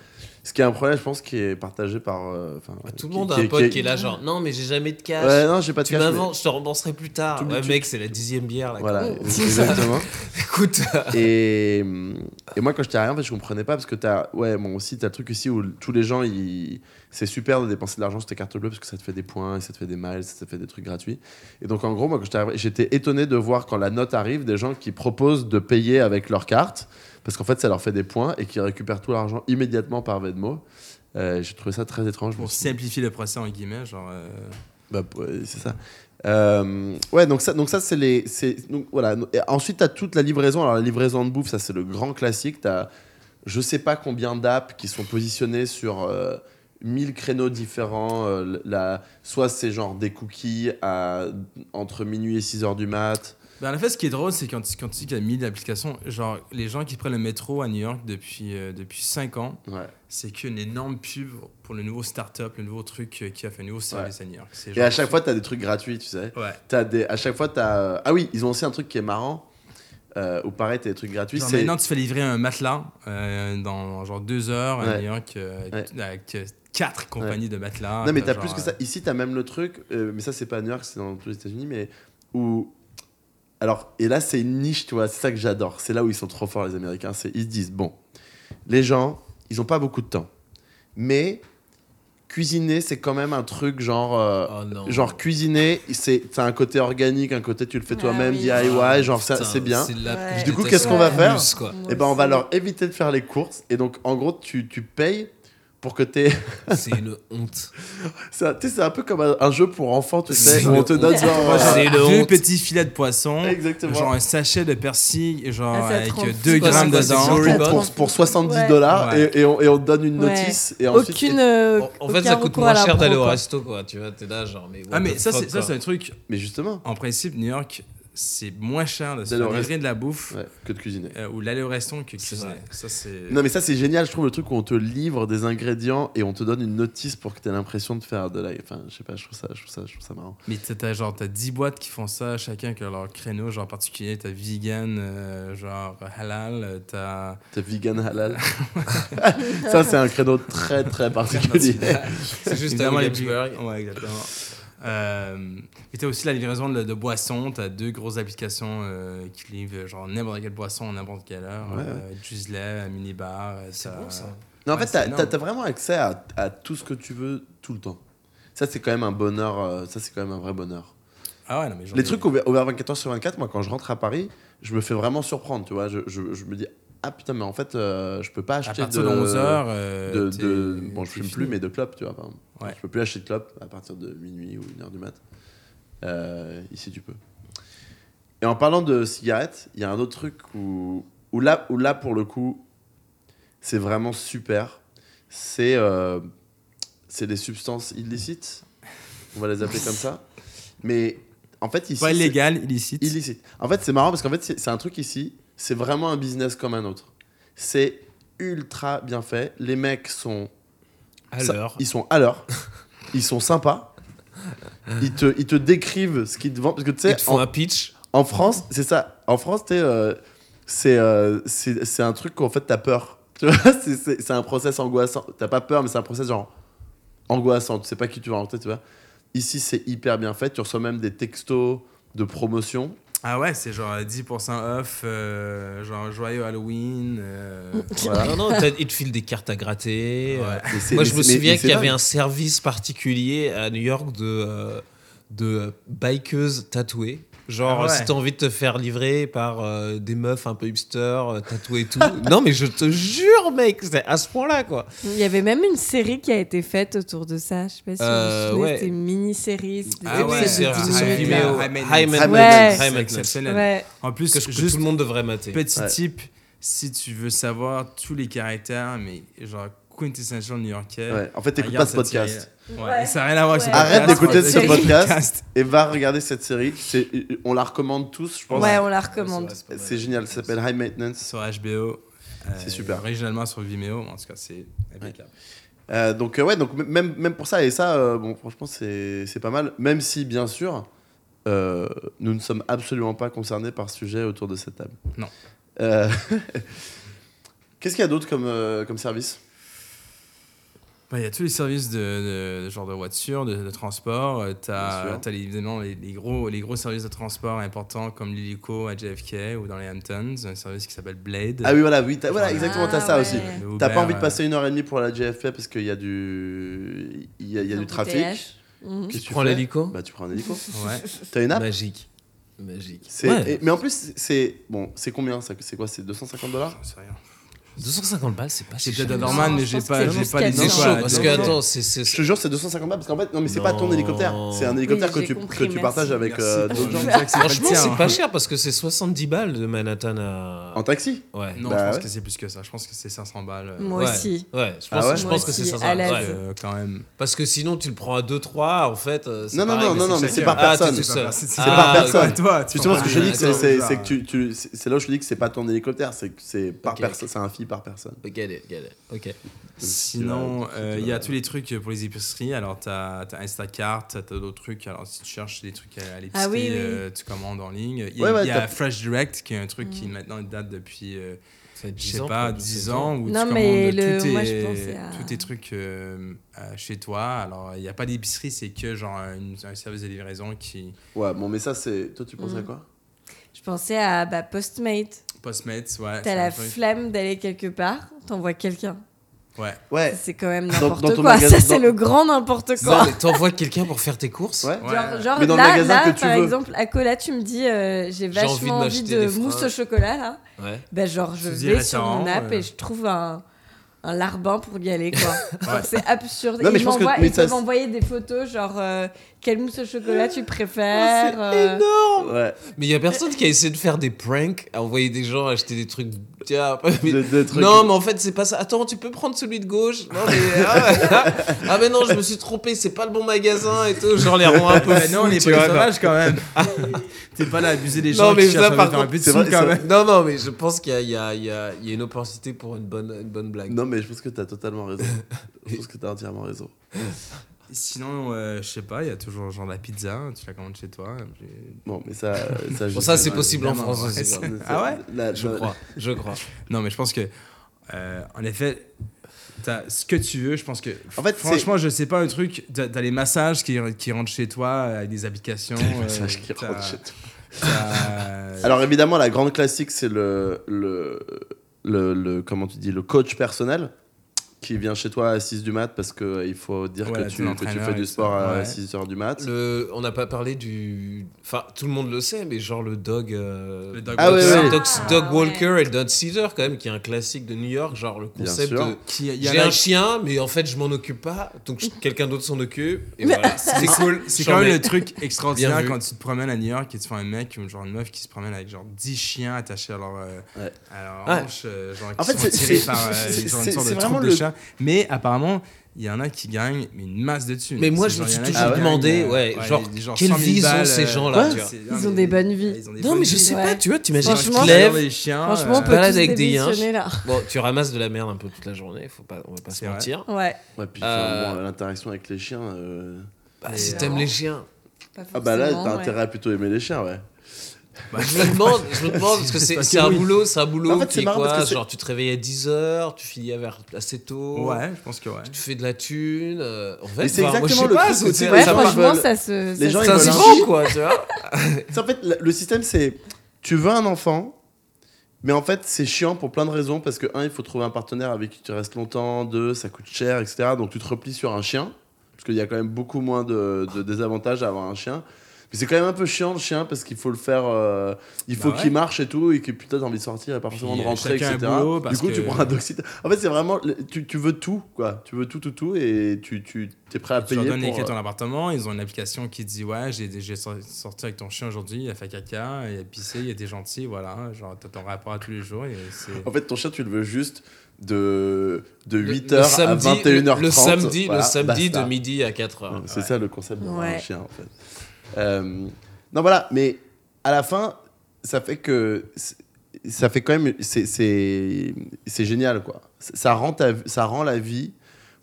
Ce qui est un problème, je pense, qui est partagé par. euh, enfin, ouais, Bah, Tout le qui- monde a qui- un pote qui est qui- là, genre, non, mais j'ai jamais de cash. Ouais, non, j'ai pas de tu cash. mais- m'avances, je te rembourserai plus tard. Tu me- Ouais, tu- mec, c'est la dixième bière. Là, Voilà, quand même. exactement. Écoute, et, euh, et moi, quand j'étais à rien, en fait, je comprenais pas parce que t'as. Ouais, bon, aussi, t'as le truc ici où tous les gens, ils... c'est super de dépenser de l'argent sur tes cartes bleues parce que ça te fait des points, et ça te fait des miles, ça te fait des trucs gratuits. Et donc, en gros, moi, quand j'étais arrivé, j'étais étonné de voir quand la note arrive des gens qui proposent de payer avec leur carte parce qu'en fait, ça leur fait des points et qui récupèrent tout l'argent immédiatement par Venmo. Euh, j'ai trouvé ça très étrange. Je me pour suis simplifier le procès en guillemets, genre. euh, bah, ouais, c'est ça. Euh, ouais, donc ça, donc ça c'est les. c'est- donc, voilà. Et ensuite, tu as toute la livraison. Alors, la livraison de bouffe, ça, c'est le grand classique. Tu as je sais pas combien d'apps qui sont positionnées sur euh, 1000 créneaux différents. Euh, la, soit c'est genre des cookies à, entre minuit et 6 heures du mat. Bah, en fait, ce qui est drôle, c'est quand, tu- quand tu dis qu'il y a 1000 applications, genre les gens qui prennent le métro à New York depuis, euh, depuis 5 ans, Ouais. c'est qu'une énorme pub pour le nouveau startup, le nouveau truc euh, qui a fait un nouveau service à New York. C'est Et genre- à chaque fois, tu as des trucs gratuits, tu sais. Ouais. T'as des, à chaque fois, tu as. Ah oui, ils ont aussi un truc qui est marrant. Euh, où pareil, tu des trucs gratuits. Genre c'est- maintenant, tu fais livrer un matelas euh, dans genre deux heures à Ouais. New York euh, avec- Ouais. avec euh, quatre compagnies de matelas. Non, mais Ah, t'as T'as genre, plus euh, que ça. Ici, t'as même le truc, euh, mais ça, c'est pas à New York, c'est dans tous les États-Unis, mais où. Alors, et là, c'est une niche, tu vois, c'est ça que j'adore. C'est là où ils sont trop forts, les Américains. C'est, ils se disent, bon, les gens, ils ont pas beaucoup de temps, mais cuisiner, c'est quand même un truc genre. euh, Oh non. Genre cuisiner, c'est t'as un côté organique, un côté tu le fais Ah toi-même, oui. DIY, genre ça, Ah, Putain, c'est bien. de la- Ouais. je Du coup, déteste qu'est-ce qu'on va le faire plus, quoi. Et ben on va leur éviter de faire les courses. Et donc en gros, tu, tu payes pour que t'aies C'est une honte. Ça, tu sais, c'est un peu comme un, un jeu pour enfants, tu C'est sais, où on te donne honte. genre, C'est euh, une deux honte. petits filets de poisson, Exactement. genre un sachet de persil, genre Ah, ça te avec rend euh, fou. deux C'est quoi, grammes c'est quoi, dedans. c'est pour- Sorry, pour, Bob. pour, 70 Ouais. dollars Ouais. et, et on, et on te donne une Ouais. notice. Et ensuite, Aucune. euh, et- En, en fait, ça coûte moins cher d'aller au resto, quoi. Tu vois, t'es là, genre, mais. what Ah, mais the ça, fuck, c'est ça, quoi. c'est un truc. Mais justement, En principe, New York, c'est moins cher de se D'aller au faire resto. livrer de la bouffe ouais, que de cuisiner. euh, ou d'aller au restaurant que de cuisiner. vrai. Ça, c'est. Non, mais ça, c'est génial, je trouve, le truc où on te livre des ingrédients et on te donne une notice pour que tu aies l'impression de faire de la. Enfin, je sais pas, je trouve ça, je trouve ça, je trouve ça marrant. Mais t'as- t'as genre t'as 10 boîtes qui font ça, chacun avec leur créneau, genre particulier, t'as vegan, euh, genre halal, euh, t'as... T'es vegan halal. ça, c'est un créneau très, très particulier. C'est juste Évidemment, un les plus... hamburger. Ouais, exactement. Euh, et t'as aussi la livraison de, de boissons, t'as deux grosses applications euh, qui livrent genre n'importe quelle boisson à n'importe quelle heure, Ouais, ouais. euh, Juicelet, Minibar, euh, C'est t'as- bon, ça. Non, en Ouais, fait, c'est t'as- énorme. t'as as vraiment accès à, à tout ce que tu veux tout le temps. Ça, c'est quand même un bonheur. euh, Ça, c'est quand même un vrai bonheur. Ah ouais, non mais j'en ai- Les trucs ouverts ouverts 24 h sur 24, moi quand je rentre à Paris, je me fais vraiment surprendre, tu vois. Je, je- je me dis, ah putain, mais en fait, euh, je peux pas à acheter partir de. de euh, 11h... de, de- bon, je fume plus, mais de clopes, tu vois. Par exemple. Ouais. Je peux plus acheter de clopes à partir de minuit ou 1h du mat. Euh, ici, tu peux. Et en parlant de cigarettes, il y a un autre truc où, où, là, où là, pour le coup, c'est vraiment super. C'est euh, c'est des substances illicites. On va les appeler comme ça. Mais en fait, ici. Pas c'est- illégal, illicite. illicite. En fait, c'est marrant parce qu'en fait, c'est c'est un truc ici, c'est vraiment un business comme un autre. C'est ultra bien fait. Les mecs sont, À ça- l'heure. ils sont à l'heure, ils sont sympas. Ils te, ils te décrivent ce qu'ils te vendent. Parce que tu Ils sais, te en, font un pitch. en France, c'est ça. En France, t'es, euh, c'est euh, c'est c'est un truc qu'en fait, t'as peur. Tu vois, c'est- c'est c'est un process angoissant. T'as pas peur, mais c'est un process genre angoissant. Tu sais pas qui tu vas rencontrer, tu vois. Ici, c'est hyper bien fait. Tu reçois même des textos de promotion. Ah ouais, c'est genre 10% off, euh, genre joyeux Halloween. euh, Voilà. Non, non, t'as- ils te filent des cartes à gratter. ouais. euh, Mais c'est- Moi, mais je me c'est- mais- souviens mais qu'il y c'est avait dingue. un service particulier à New York de, euh, de euh, bikeuses tatouées. Genre, Ah ouais. si t'as envie de te faire livrer par euh, des meufs un peu hipster, euh, tatouées et tout. non, mais je te jure, mec, c'est à ce point-là, quoi. Il y avait même une série qui a été faite autour de ça. Je sais pas si Euh, vous vous ouais. souvenez, c'était une mini-série. c'était des Ah ouais, épisodes de c'est 10 sur minutes, Vimeo. là. High maintenance. High maintenance. Ouais. High C'est maintenance. exceptionnel. Ouais. En plus, Que, je- que juste tout le monde devrait mater. petit Ouais. type, si tu veux savoir tous les caractères, mais genre quintessential new-yorkais. bah, Ouais. En fait, t'écoutes pas regarde ce cette podcast. série. Ouais, Ouais. Ça n'a rien à voir avec ce Ouais. podcast. Arrête d'écouter ce Ouais. podcast et va regarder cette série. C'est- On la recommande tous, je pense. Ouais, on la recommande. C'est génial, ça s'appelle High Maintenance. Sur HBO. euh, C'est super. Originalement sur Vimeo, mais en tout cas, c'est impeccable. Euh, donc euh, ouais, donc m- même, même pour ça, et ça, euh, bon, franchement, c'est c'est pas mal. Même si, bien sûr, euh, nous ne sommes absolument pas concernés par ce sujet autour de cette table. Non. Euh, Qu'est-ce qu'il y a d'autre comme, euh, comme service Bah, Il y a tous les services de, de- de genre de voiture, de, de transport. Euh, Bien T'as sûr. t'as les- évidemment les, les gros, les gros services de transport importants comme l'hélico à JFK ou dans les Hamptons, un service qui s'appelle Blade. Ah oui, voilà, oui, t'as- voilà, exactement, t'as Ah ça ouais. aussi. Le T'as Uber, pas envie de euh, passer une heure et demie pour la JFP parce qu'il y a du, il y a, il y a du trafic. Embouteillage. Mhm. Qu'est-ce que Tu prends fais l'hélico Bah tu prends un hélico. Ouais. T'as une app Magique. Magique. C'est- Ouais. et- Mais en plus, c'est bon, c'est combien ça C'est quoi C'est 250 dollars J'en sais rien. 250 balles, c'est pas C'est si peut-être cher. normal. Norman, mais je j'ai pense pas, que j'ai c'est pas les jusqu'à Non, C'est échos à chaud non, parce non, que JFK. non. attends, c'est c'est- Je te jure, c'est 250 balles parce qu'en fait, non, mais c'est pas ton Non. hélicoptère, c'est un Oui, hélicoptère que j'ai tu, compris, que tu merci. partages avec Merci euh, pour d'autres me gens. dire que c'est pas le Franchement, tien, c'est hein. pas cher parce que c'est 70 balles de Manhattan à. En taxi Ouais. Non, Bah je pense ouais. que c'est plus que ça. Je pense que c'est 500 balles. euh, Moi Ouais. aussi. Ouais, je pense, Ah ouais je Moi pense que c'est aussi, 500 à balles. l'aise. ouais. euh, quand même. Parce que sinon, tu le prends à 2-3, en fait. euh, c'est Non, non, pareil, non, non, non, c'est mais chacun. c'est par Ah, t'es personne. tout seul. C'est Ah, par ok. personne. Toi, Tu vois ce que je te dis, que c'est- Attends, c'est c'est que tu, tu- c'est c'est là où je te dis que c'est pas ton hélicoptère, c'est que c'est par Ok, personne, c'est un fille par personne. Get it, get it. Ok. Sinon, Tu vas- euh, tu il y vas- a tous les trucs pour les épiceries. Alors, tu as, Instacart, tu as d'autres trucs. Alors, si tu cherches des trucs à, à l'épicerie, Ah oui, oui. euh, tu commandes en ligne. Il y a, Ouais, ouais, il y a t'as- Fresh Direct, qui est un truc qui Mm. maintenant date depuis, euh, je sais pas, 10 ans. Où Non, tu mais commandes le- tous, tes, moi, je pensais à- tous tes trucs euh, à- chez toi. Alors, il n'y a pas d'épicerie, c'est que genre une- un service de livraison qui. Ouais, bon, mais ça, c'est. Toi, tu penses à Mm. quoi Je pensais à bah, Postmate. Postmates, T'as ouais. Ah, c'est un la truc. flemme d'aller quelque part, t'envoies quelqu'un. Ouais. Ouais, C'est quand même Dans- n'importe dans quoi. ton magasin- ça, c'est dans- le grand n'importe Non, quoi. mais t'envoies quelqu'un pour faire tes courses ouais. Ouais. Genre, genre Mais dans le là, magasin là que tu par veux. exemple, à Cola, tu me dis euh, j'ai J'ai envie de vachement envie m'acheter de, des mousse fringues. au chocolat là. Ouais. Ben genre je Tu dis vais sur restaurant, mon app euh. et je trouve un, un larbin pour y aller quoi. Genre, C'est absurde. Non, mais ils je pense que- m'envoient- mais ils ça, peuvent c'est- envoyer des photos genre euh, quelle mousse au chocolat Oh, tu préfères. euh, Oh, énorme Ouais, Mais il y a personne qui a essayé de faire des pranks, à envoyer des gens acheter des trucs. Tiens, mais- de- de trucs- Non, mais en fait, c'est pas ça. Attends, tu peux prendre celui de gauche. Non, mais. Ah, ah, mais non, je me suis trompé, c'est pas le bon magasin et tout. Genre, les rangs un peu. Ouais, non, on fous, est tu pas vois, quoi. sauvage quand même. T'es pas là à abuser des Non, gens mais qui ça, cherchent à par faire un contre, peu de c'est sous vrai, quand c'est même. Non, non, mais je pense qu'il y a, il y a- il y a- il y a une opportunité pour une bonne, une bonne blague. Non, mais je pense que t'as totalement raison. je pense que t'as entièrement raison. Sinon, euh, je sais pas, il y a toujours genre la pizza, tu la commandes chez toi. J'ai- Bon, mais ça. ça, Bon, je- ça, c'est ouais, possible en non, France ouais, aussi. c'est- pardon. ça- Ah ouais la- Je la- crois, je crois. Non, mais je pense que, euh, en effet, t'as ce que tu veux. Je pense que, En fait, franchement, je sais pas un truc. T'as t'as les massages qui, qui rentrent chez toi euh, avec des applications. euh, les massages qui t'as- rentrent chez toi. t'as- Euh. Alors évidemment, la grande classique, c'est le, le, le, le- comment tu dis, le coach personnel qui vient chez toi à 6 du mat parce qu'il faut dire Voilà, que, ton tu, que tu entraîneur fais et du tout. sport à Ouais. 6 heures du mat. Le, on n'a pas parlé du. Enfin, tout le monde le sait, mais genre le dog. euh, le dog Ah ouais, Dog, ouais. Dog- Ah, Dog ouais. Walker et Dog Sitter, quand même, qui est un classique de New York. Genre le concept sûr. de. Qui, il y en J'ai a- un chien, mais en fait, je m'en occupe pas, donc je- quelqu'un d'autre s'en occupe. Et voilà. C'est cool. C'est quand même Chambé. le truc Bien extraordinaire vu. quand tu te promènes à New York et tu vois un mec ou genre une meuf qui se promène avec genre 10 chiens attachés à leur, euh, Ouais. à leur Ouais. Ah. hanche, euh, genre En qui fait, sont c'est- tirés c'est- par c'est- euh, genre c'est- une sorte c'est de vraiment troupe de le- chiens. Mais apparemment, il y en a qui gagnent mais une masse de thunes. Mais moi, C'est je me genre, suis il y en a toujours qui gagnent, demandé, euh, ouais, genre, des- des quelle 100 000 vie ont balles, ces euh, gens-là, tu ouais, vois. c'est- Ils non, ont mais- des bonnes vies. ils ont des Non, bonnes mais je vies. sais pas, Ouais. tu vois, t'imagines, tu Franchement, te je- Ils ont lèves, des chiens. Franchement, on euh, peut balade tous avec avec des yinches. là. bon, tu ramasses de la merde un peu toute la journée, faut pas, on va pas se C'est vrai. mentir. Ouais. Ouais, puis Euh. enfin, bon, l'interaction avec les chiens. euh, Bah, Et si euh, t'aimes les chiens. pas Ah bah là, forcément, t'as ouais. intérêt à plutôt aimer les chiens, ouais. bah, Je me demande, je me demande parce que c'est Parce que c'est un oui. boulot, c'est un boulot En fait, qui c'est est marrant quoi, parce que c'est- Genre, tu te réveilles à 10h, tu finis à vers assez tôt. Ouais, je pense que ouais. Tu fais de la thune. euh, en fait, Mais c'est bah, moi, je sais exactement le pas, truc que c'est- tu- Ouais, Ça marche, franchement, le- ça se. les ça gens, se- ils C'est un veulent ça un se- chien. bon, quoi, tu vois. C'est- En fait, la- le système, c'est tu veux un enfant, mais en fait, c'est chiant pour plein de raisons. Parce que, un, il faut trouver un partenaire avec qui tu restes longtemps. Deux, ça coûte cher, etc. Donc, tu te replies sur un chien. Parce qu'il y a quand même beaucoup moins de, de désavantages à avoir un chien. Mais c'est quand même un peu chiant le chien parce qu'il faut le faire. euh, il Bah faut ouais. qu'il marche et tout et que putain t'as envie de sortir et pas Puis, forcément de euh, rentrer, chacun a etc. un boulot, du parce coup, tu que- prends un doxyde. En fait, c'est vraiment. le- Tu, tu veux tout, quoi. Tu veux tout, tout, tout et tu, tu es prêt à Tu leur payer. donnes les pour, clés de euh, ton appartement, ils ont une application qui dit Ouais, j'ai j'ai sor- sorti avec ton chien aujourd'hui, il a fait caca, il a pissé, il était gentil, voilà. Genre, t'as ton rapport à tous les jours et c'est. En fait, ton chien, tu le veux juste de, de Le- 8h le à samedi- 21h30. Le samedi, Voilà, le samedi basta. de midi à 4 h C'est ça le concept d'un Ouais. chien, en fait. Euh, non, voilà, mais à la fin, ça fait que. c'est- Ça fait quand même. C'est c'est- c'est génial, quoi. Ça- Ça rend, ta- ça rend la vie.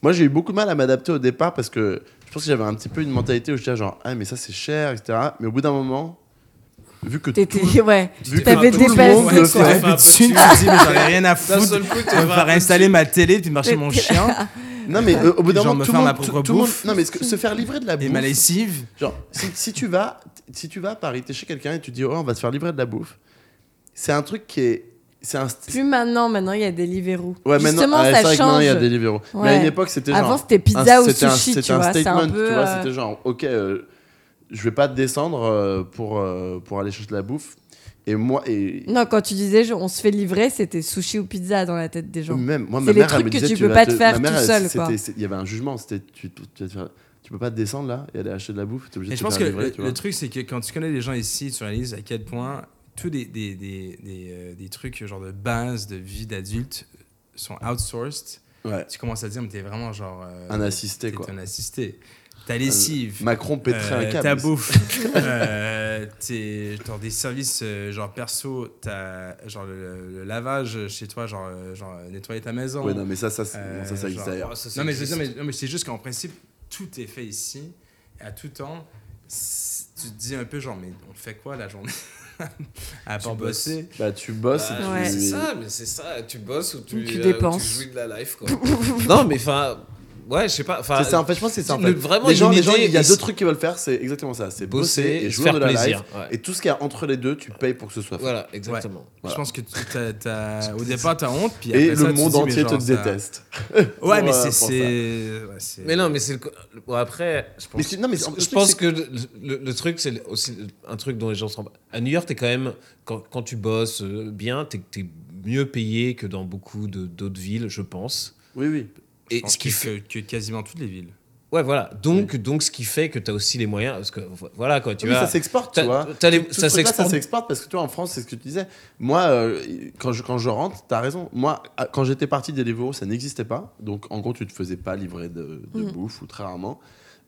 Moi, j'ai eu beaucoup de mal à m'adapter au départ parce que je pense que j'avais un petit peu une mentalité où je disais genre, ah, mais ça, c'est cher, etc. Mais au bout d'un moment, vu que tout, T'étais, ouais. vu que t'avais tout le dépassé, monde le quoi. fait, Enfin, tu me dis, mais j'en ai rien à D'un foutre. seul coup, tu Je vais me vas faire installer ma télé puis marcher mon chien Non, mais euh, au bout d'un Genre moment, me tout le faire ma monde, propre tout- tout le monde- bouffe. Non, mais ce que- se faire livrer de la et bouffe. ma lessive. Genre, si, si tu vas, si tu vas à Paris, t'es chez quelqu'un et tu dis, oh, on va se faire livrer de la bouffe. C'est un truc qui est, c'est un. st- Plus maintenant, maintenant il y a Deliveroo. Ouais, maintenant, Justement, ah, c'est ça vrai que maintenant, il y a des change. Deliveroo. Mais Ouais. à une époque, c'était genre. Avant c'était pizza un- ou c'était un- sushi, c'était tu un vois. C'est statement, un peu. tu vois, euh, c'était genre, ok, euh, je vais pas descendre euh, pour euh, pour aller chercher de la bouffe. Et moi et Non, quand tu disais je- on se fait livrer, c'était sushi ou pizza dans la tête des gens. même moi, C'est ma les mère, elle trucs me que disait, tu peux vas pas te faire ma mère, tout elle- seul, c'était- quoi. c'est- Il y avait un jugement. C'était tu, tu, tu vas te faire- tu peux pas descendre là et aller acheter de la bouffe. T'es obligé Et de je te pense faire que livrer, le, tu le vois. truc, c'est que quand tu connais les gens ici, tu réalises à quel point tous les, des, des, des, euh, des trucs genre de base de vie d'adulte sont outsourced. Ouais. Tu commences à te dire, mais t'es vraiment genre. euh, Un assisté t'es quoi. un assisté. Ta lessive. Macron péterait euh, un câble. ta bouffe, euh, tes- genre des services euh, genre perso, t'as genre le, le lavage chez toi, genre, euh, genre euh, nettoyer ta maison. Ouais, non, mais ça, ça, c'est- Euh, bon, ça, ça existe genre- ailleurs. Non, mais je veux dire, mais- non, mais c'est juste qu'en principe, tout est fait ici, et à tout temps. c- Tu te dis un peu genre, mais on fait quoi la journée À part bosses. bosser. Bah, tu bosses Bah, et Ouais. tu. C'est ça, mais c'est ça. Tu bosses ou tu, Tu euh, dépenses. tu jouis de la life, quoi. non, mais enfin, ouais, je sais pas. enfin, C'est ça, en fait, je pense que c'est ça. En Le- fait. vraiment les gens, une les gens, idée, il y a ils- deux trucs qu'ils veulent faire, c'est exactement ça. C'est bosser, et se jouer de la life. ouais. Et tout ce qu'il y a entre les deux, tu payes pour que ce soit fait. Voilà, exactement. Voilà. Je pense que tu- t'as- t'as- au départ, t'as honte, puis Et après ça, le tu monde dis, mais entier te genre, ça- déteste. Ouais, pour, mais euh, c'est- pour ça. c'est. ouais, c'est- Mais non, mais c'est le. co- le- bon, après, je pense. Mais c'est- non, mais c'est- le je truc, pense c'est- que le, le- le truc, c'est aussi un truc dont les gens se rendent pas. À New York, t'es quand même. Quand, quand tu bosses euh, bien, t'es es mieux payé que dans beaucoup de- d'autres villes, je pense. Oui, oui. Et je pense ce qui que- fait. que, que quasiment toutes les villes. Ouais, voilà. Donc, donc ce qui fait que t'as aussi les moyens. Parce que, voilà, quoi. Tu Mais vois. ça s'exporte, tu t'as- vois. t'as les- Tout ce ça truc-là, s'exporte. Ça s'exporte parce que tu vois, en France, c'est ce que tu disais. Moi, euh, quand, je, quand je rentre, t'as raison. Moi, à- quand j'étais parti des Deliveroo, ça n'existait pas. Donc, en gros, tu te faisais pas livrer de, de Mhm. bouffe ou très rarement.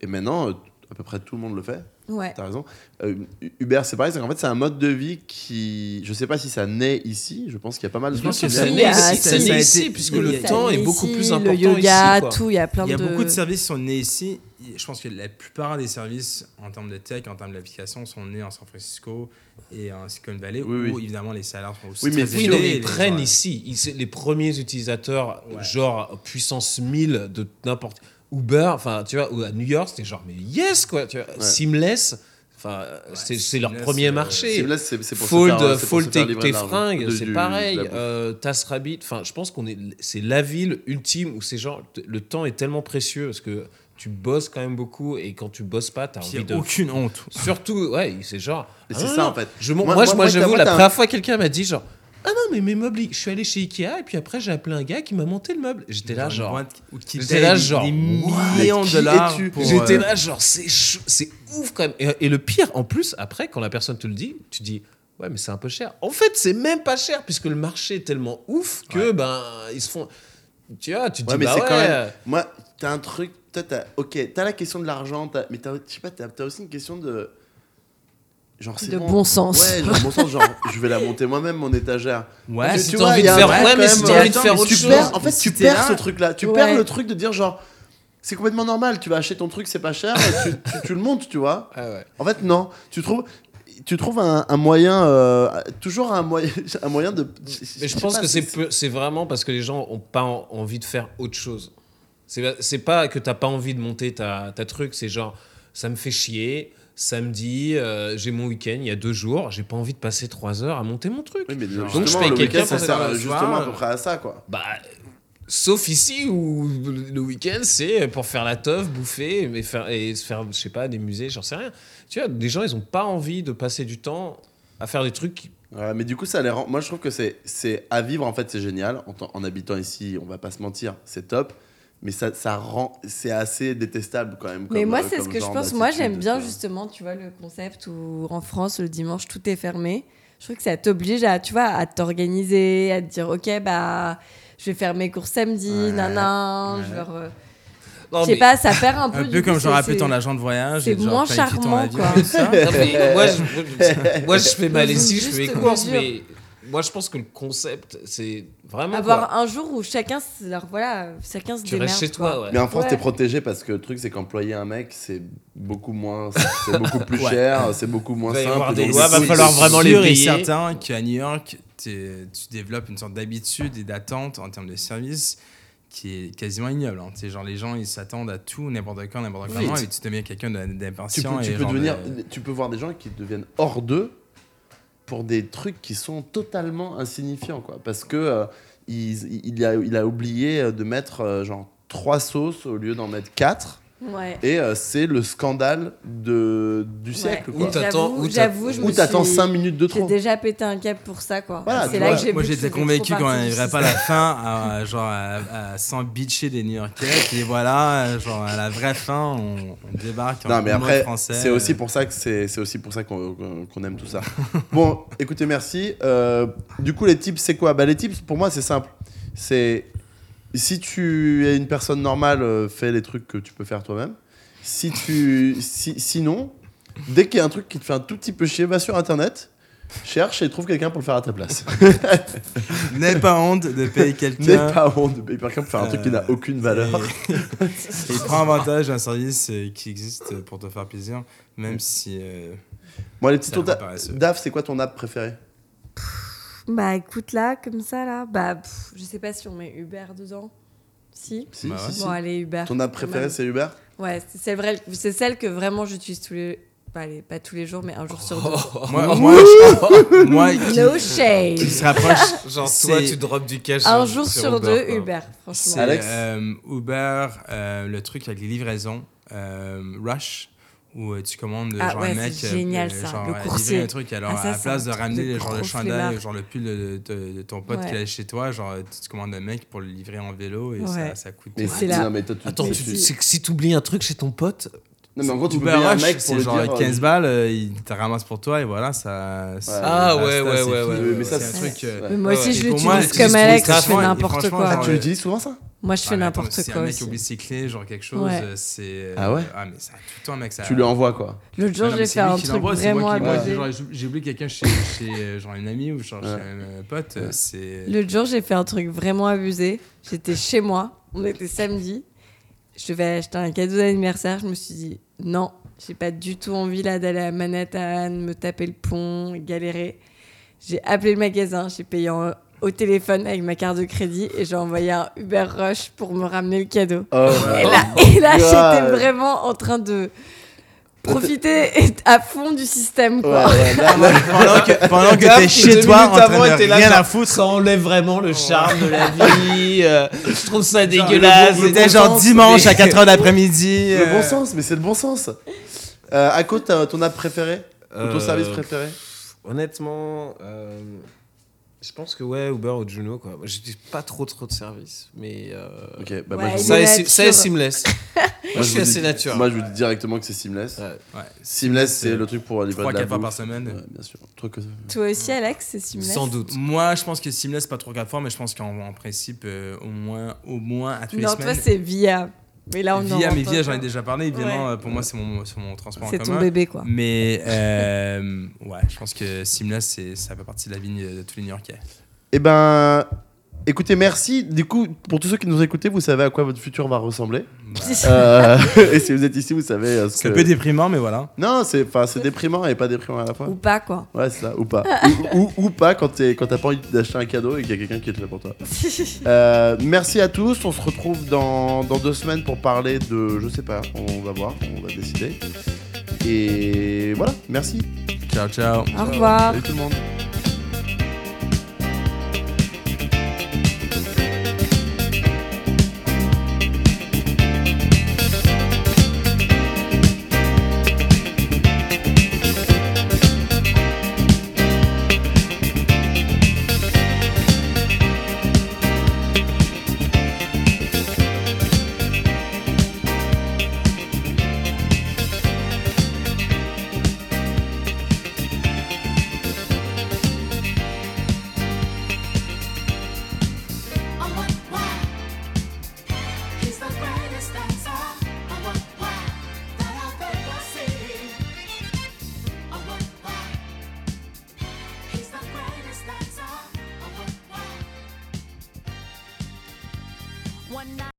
Et maintenant, euh, à peu près tout le monde le fait. Ouais. T'as raison. Euh, Uber, c'est pareil. En fait, c'est un mode de vie qui. Je sais pas si ça naît ici. Je pense qu'il y a pas mal de Je pense gens que qui ça l'aiment. naît Mais Ah, ici, si, ça si, naît si, ici, puisque il y le a- temps est Ici, beaucoup plus important Le yoga, ici. quoi. tout, il y a plein Il y a de. beaucoup de services qui sont nés ici. Je pense que la plupart des services en termes de tech, en termes d'application, sont nés en San Francisco et en Silicon Valley, Oui, où oui. évidemment les salaires sont aussi Oui, mais très Oui, sûr. non, élevés, mais les- ils prennent ouais. ici. Ils- c'est les premiers utilisateurs, Ouais. genre puissance 1000 de n'importe. Uber, enfin, tu vois, ou à New York, c'était genre, mais yes, quoi, tu vois. Seamless, enfin, c'est c'est leur Seamless, premier euh, marché. Seamless, c'est- c'est pour se Fold, faire- euh, c'est pour Fold se faire tes, livrer tes de l'argent. fringues, De- c'est du- pareil. de la bouffe. Euh, Tasrabbit, enfin, je pense qu'on est, c'est la ville ultime où ces gens, le temps est tellement précieux parce que tu bosses quand même beaucoup et quand tu bosses pas, t'as Puis il envie n'y de. a aucune honte. Surtout, ouais, c'est genre. Et ah c'est non, ça, non. en fait. Je, m'en- Moi- moi, moi, je- moi, moi, j'avoue, t'as- la t'as- première fois, quelqu'un m'a dit genre. Ah non, mais mes meubles, je suis allé chez Ikea et puis après j'ai appelé un gars qui m'a monté le meuble. J'étais là Une genre. boîte qui- qui J'étais paye là des- genre. des what millions de Qui dollars. es-tu pour, J'étais euh, là genre c'est chou- c'est ouf quand même. Et, et le pire en plus après quand la personne te le dit, tu dis ouais mais c'est un peu cher. En fait c'est même pas cher puisque le marché est tellement ouf que Ouais. ben ils se font. Tu vois tu te Ouais, dis mais bah c'est ouais. quand même. Moi, t'as un truc. Toi, t'as. Ok, t'as la question de l'argent, t'as- mais t'as, je sais pas, t'as, t'as aussi une question de. Genre, c'est De bon sens. Ouais, genre, bon sens, genre, je vais la monter moi-même, mon étagère. Ouais, Tu- si tu t'as vois, envie y de a un faire vrai ouais mais quand si même, t'as euh, envie de attends, faire mais autre tu chose. perds- en fait, tu Si t'es perds là- ce truc-là. Tu Ouais. perds le truc de dire, genre, c'est complètement normal, tu vas acheter ton truc, c'est pas cher, tu, tu- tu le montes, tu vois. Ouais, ouais. En fait, non. Tu trouves, tu trouves un, un moyen, euh, toujours un moyen, un moyen de. Mais je sais pense pas, que c'est peu- c'est vraiment parce que les gens ont pas en- envie de faire autre chose. C'est c'est pas que t'as pas envie de monter ta, ta truc, c'est genre ça me fait chier. Samedi, euh, j'ai mon week-end, il y a deux jours, j'ai pas envie de passer trois heures à monter mon truc. Oui, mais Donc, justement, je paye le quelqu'un week-end, ça pour sert faire à- le justement soir. à peu près à ça, quoi. Bah, Sauf ici où le week-end c'est pour faire la teuf, bouffer mais faire, et se faire, je sais pas, des musées, j'en sais rien. Tu vois, des gens ils ont pas envie de passer du temps à faire des trucs qui- Ouais, mais du coup, ça les rend. Moi, je trouve que c'est c'est à vivre en fait, c'est génial. En, tant- en habitant ici, on va pas se mentir, c'est top. Mais ça, ça rend, c'est assez détestable quand même. Mais comme, moi, euh, c'est ce comme que je genre pense. Moi, d'attitude, j'aime bien tu vois. justement, tu vois, le concept où en France, le dimanche, tout est fermé. Je trouve que ça t'oblige à, tu vois, à t'organiser, à te dire, ok, bah, je vais faire mes courses samedi, Ouais, nanan, ouais. genre, euh, Non, je sais Oh, mais- pas, ça perd un peu. Un du peu coup, comme genre c'est- appeler ton agent de voyage. c'est et genre moins planifier ton charmant, avion quoi. et tout ça. Non, mais moi, je, moi, je fais ma lessive, je fais mes Juste courses, mesure. mais moi, je pense que le concept, c'est vraiment. Avoir quoi. un jour où chacun, se- alors voilà, chacun se Tu démerde. restes chez quoi. toi, ouais. Mais en France, Ouais. t'es protégé parce que le truc, c'est qu'employer un mec, c'est beaucoup moins, c'est beaucoup plus Ouais. cher, c'est beaucoup moins Il va y simple. Ah, avoir des donc, lois, du va coup, falloir c'est- vraiment les sûr et payer. certain qu'à New York, t'es- tu développes une sorte d'habitude et d'attente en termes de service qui est quasiment ignoble. hein. Tu sais, genre les gens, ils s'attendent à tout, n'importe quand, n'importe Oui. comment, et tu deviens quelqu'un de- Tu d'impatient. peux, tu et peux genre euh, de- devenir, tu peux voir des gens qui deviennent hors d'eux pour des trucs qui sont totalement insignifiants, quoi. Parce que euh, il, il a, il a oublié euh, de mettre euh, genre trois sauces au lieu d'en mettre quatre, Ouais. et euh, c'est le scandale de, du siècle, Ouais. quoi. Ou t'attends- J'avoue- ou t'a- j'avoue, je Ou me t'attends suis- 5 minutes de J'ai trop. déjà pété un câble pour ça, quoi. Voilà, tu c'est là vois. que j'ai Moi, vu que j'étais c'était convaincu trop qu'on parti n'arriverait du pas à la fin, à, genre à, à- sans bitcher des New Yorkais. Et voilà, genre à la vraie fin, on, on débarque en Non, mais mode après, français. euh, c'est aussi pour ça que c'est, c'est aussi pour ça qu'on, qu'on- qu'on aime tout ça. bon, écoutez, merci. Euh, du coup, les tips, c'est quoi Bah, les tips, pour moi, c'est simple. C'est si tu es une personne normale, euh, fais les trucs que tu peux faire toi-même. Si tu, si- sinon, dès qu'il y a un truc qui te fait un tout petit peu chier, va sur internet. Cherche et trouve quelqu'un pour le faire à ta place. N'aie pas honte de payer N'aie quelqu'un. pas honte de payer quelqu'un pour faire un truc Euh, qui n'a aucune valeur. Et prends avantage d'un service euh, qui existe euh, pour te faire plaisir, même si. euh, Moi, les petits Ça me tontas- paraissait. Daf, c'est quoi ton app préférée Bah écoute là, comme ça là, bah pff, je sais pas si on met Uber dedans. Si. Si, Bah ouais. si, si. Bon allez Uber. Ton app quand même. préférée, c'est Uber Ouais, c'est c'est vrai, c'est celle que vraiment j'utilise tous les, bah, allez, pas tous les jours, mais un jour sur deux. Oh. Moi, moi, je- moi qui, Oh. No shade. qui se rapproche. Genre, C'est- toi, tu drops du cash. Un sur- jour sur, deux Uber, quoi. Uber, franchement. C'est Alex euh, Uber, euh, le truc avec les livraisons, euh, Rush, où euh, tu commandes Ah genre ouais, un mec. euh, c'est génial, ça, genre, le à livrer coursier. un truc, alors Ah, ça, à la c'est place un de truc ramener de genre, le gros chandail, flemmard. genre le pull de, de- de ton pote Ouais. qui est chez toi, genre tu te commandes un mec pour le livrer en vélo et Ouais. ça, ça coûte. Mais C'est c'est la- non, mais toi, tu- Attends, mais tu- tu- c'est que si t'oublies un truc chez ton pote, Non, mais en gros, tu peux Uber payer un Rush, mec pour c'est le genre dire, euh, 15 balles, euh, il te ramasse pour toi et voilà, ça. ça- basta, Ah, ouais, ouais, c'est ouais, fini. ouais, oui, mais ça, c'est un c'est- truc. euh, Ouais. Mais moi Ouais, aussi ouais. je Et pour l'utilise moi, comme j'utilise Alex, pour je ça, fais et n'importe franchement, quoi. Ah, genre, euh, tu l'utilises souvent ça Moi je fais Ah, mais attends, n'importe Si quoi un mec aussi. oublie ses clés, genre quelque chose, Ouais. euh, c'est. Ah ouais Ah, mais c'est tout le temps, mec. Ça... Tu lui envoies quoi L'autre Ah jour non, mais j'ai c'est fait lui un qui truc l'envoie, c'est vraiment moi qui- moi, abusé. genre, j'ai- J'ai oublié quelqu'un chez, chez euh, genre une amie ou genre Ouais. chez un pote. euh, C'est. L'autre jour, j'ai fait un truc vraiment abusé. J'étais chez moi, on était samedi. Je devais acheter un cadeau d'anniversaire. Je me suis dit, non, j'ai pas du tout envie là d'aller à Manhattan, me taper le pont, galérer. J'ai appelé le magasin, j'ai payé en- au téléphone avec ma carte de crédit et j'ai envoyé un Uber Rush pour me ramener le cadeau. Oh, Et là, et là, God. j'étais vraiment en train de profiter et- à fond du système. Ouais, Quoi. ouais, là, là, Pendant que, pendant que t'es Gaffe, chez deux toi en minutes avant, train de était là, rien genre, à foutre. Ça enlève vraiment le charme de la vie. euh, je trouve ça genre, dégueulasse. le bon- c'est C'était genre intense, dimanche mais- à 4h d'après-midi. le bon euh, sens, mais c'est le bon sens. Euh, à quoi t'as ton app préférée Ou ton Euh, service préféré Honnêtement, euh, je pense que ouais, Uber ou Juno quoi. Moi, J'utilise pas trop trop de services, mais euh, Ok, bah Ouais, moi, je, il vous- ça, est est, sim- ça est nature. seamless. moi, Moi, je je suis vous assez dis- nature. Moi, je vous dis directement que c'est seamless. Ouais. Ouais. Seamless, c'est le truc pour livrer Trois, de la quatre fois bouffe. par semaine. Ouais, bien sûr. Truc que- Toi aussi, Alex, c'est similaire. Sans doute. Moi, je pense que Seamless, pas trop 4 fois, mais je pense qu'en en principe, euh, au moins au moins à tous les Non, toi, semaines. c'est via. Mais là, Ah, on en Via, mais rentre Via, pas. j'en ai déjà parlé. Évidemment, euh, pour moi, c'est mon, c'est mon transport en C'est commun. ton bébé, quoi. Mais euh, ouais, je pense que Seamless, c'est- ça fait partie de la vie de tous les New Yorkais. Eh ben, écoutez, merci. Du coup, pour tous ceux qui nous écoutaient, vous savez à quoi votre futur va ressembler. Euh, et si vous êtes ici, vous savez euh, ce C'est un que. peu déprimant, mais voilà. Non, c'est enfin, c'est déprimant et pas déprimant à la fois. Ou pas, quoi. Ouais, c'est ça, ou pas. ou, ou- ou pas quand t'es- quand t'as pas envie d'acheter un cadeau et qu'il y a quelqu'un qui est là pour toi. Euh, merci à tous, on se retrouve dans, dans deux semaines pour parler de. Je sais pas, on va voir, on va décider. Et voilà, merci. Ciao, ciao. Au revoir. Salut tout le monde. One night.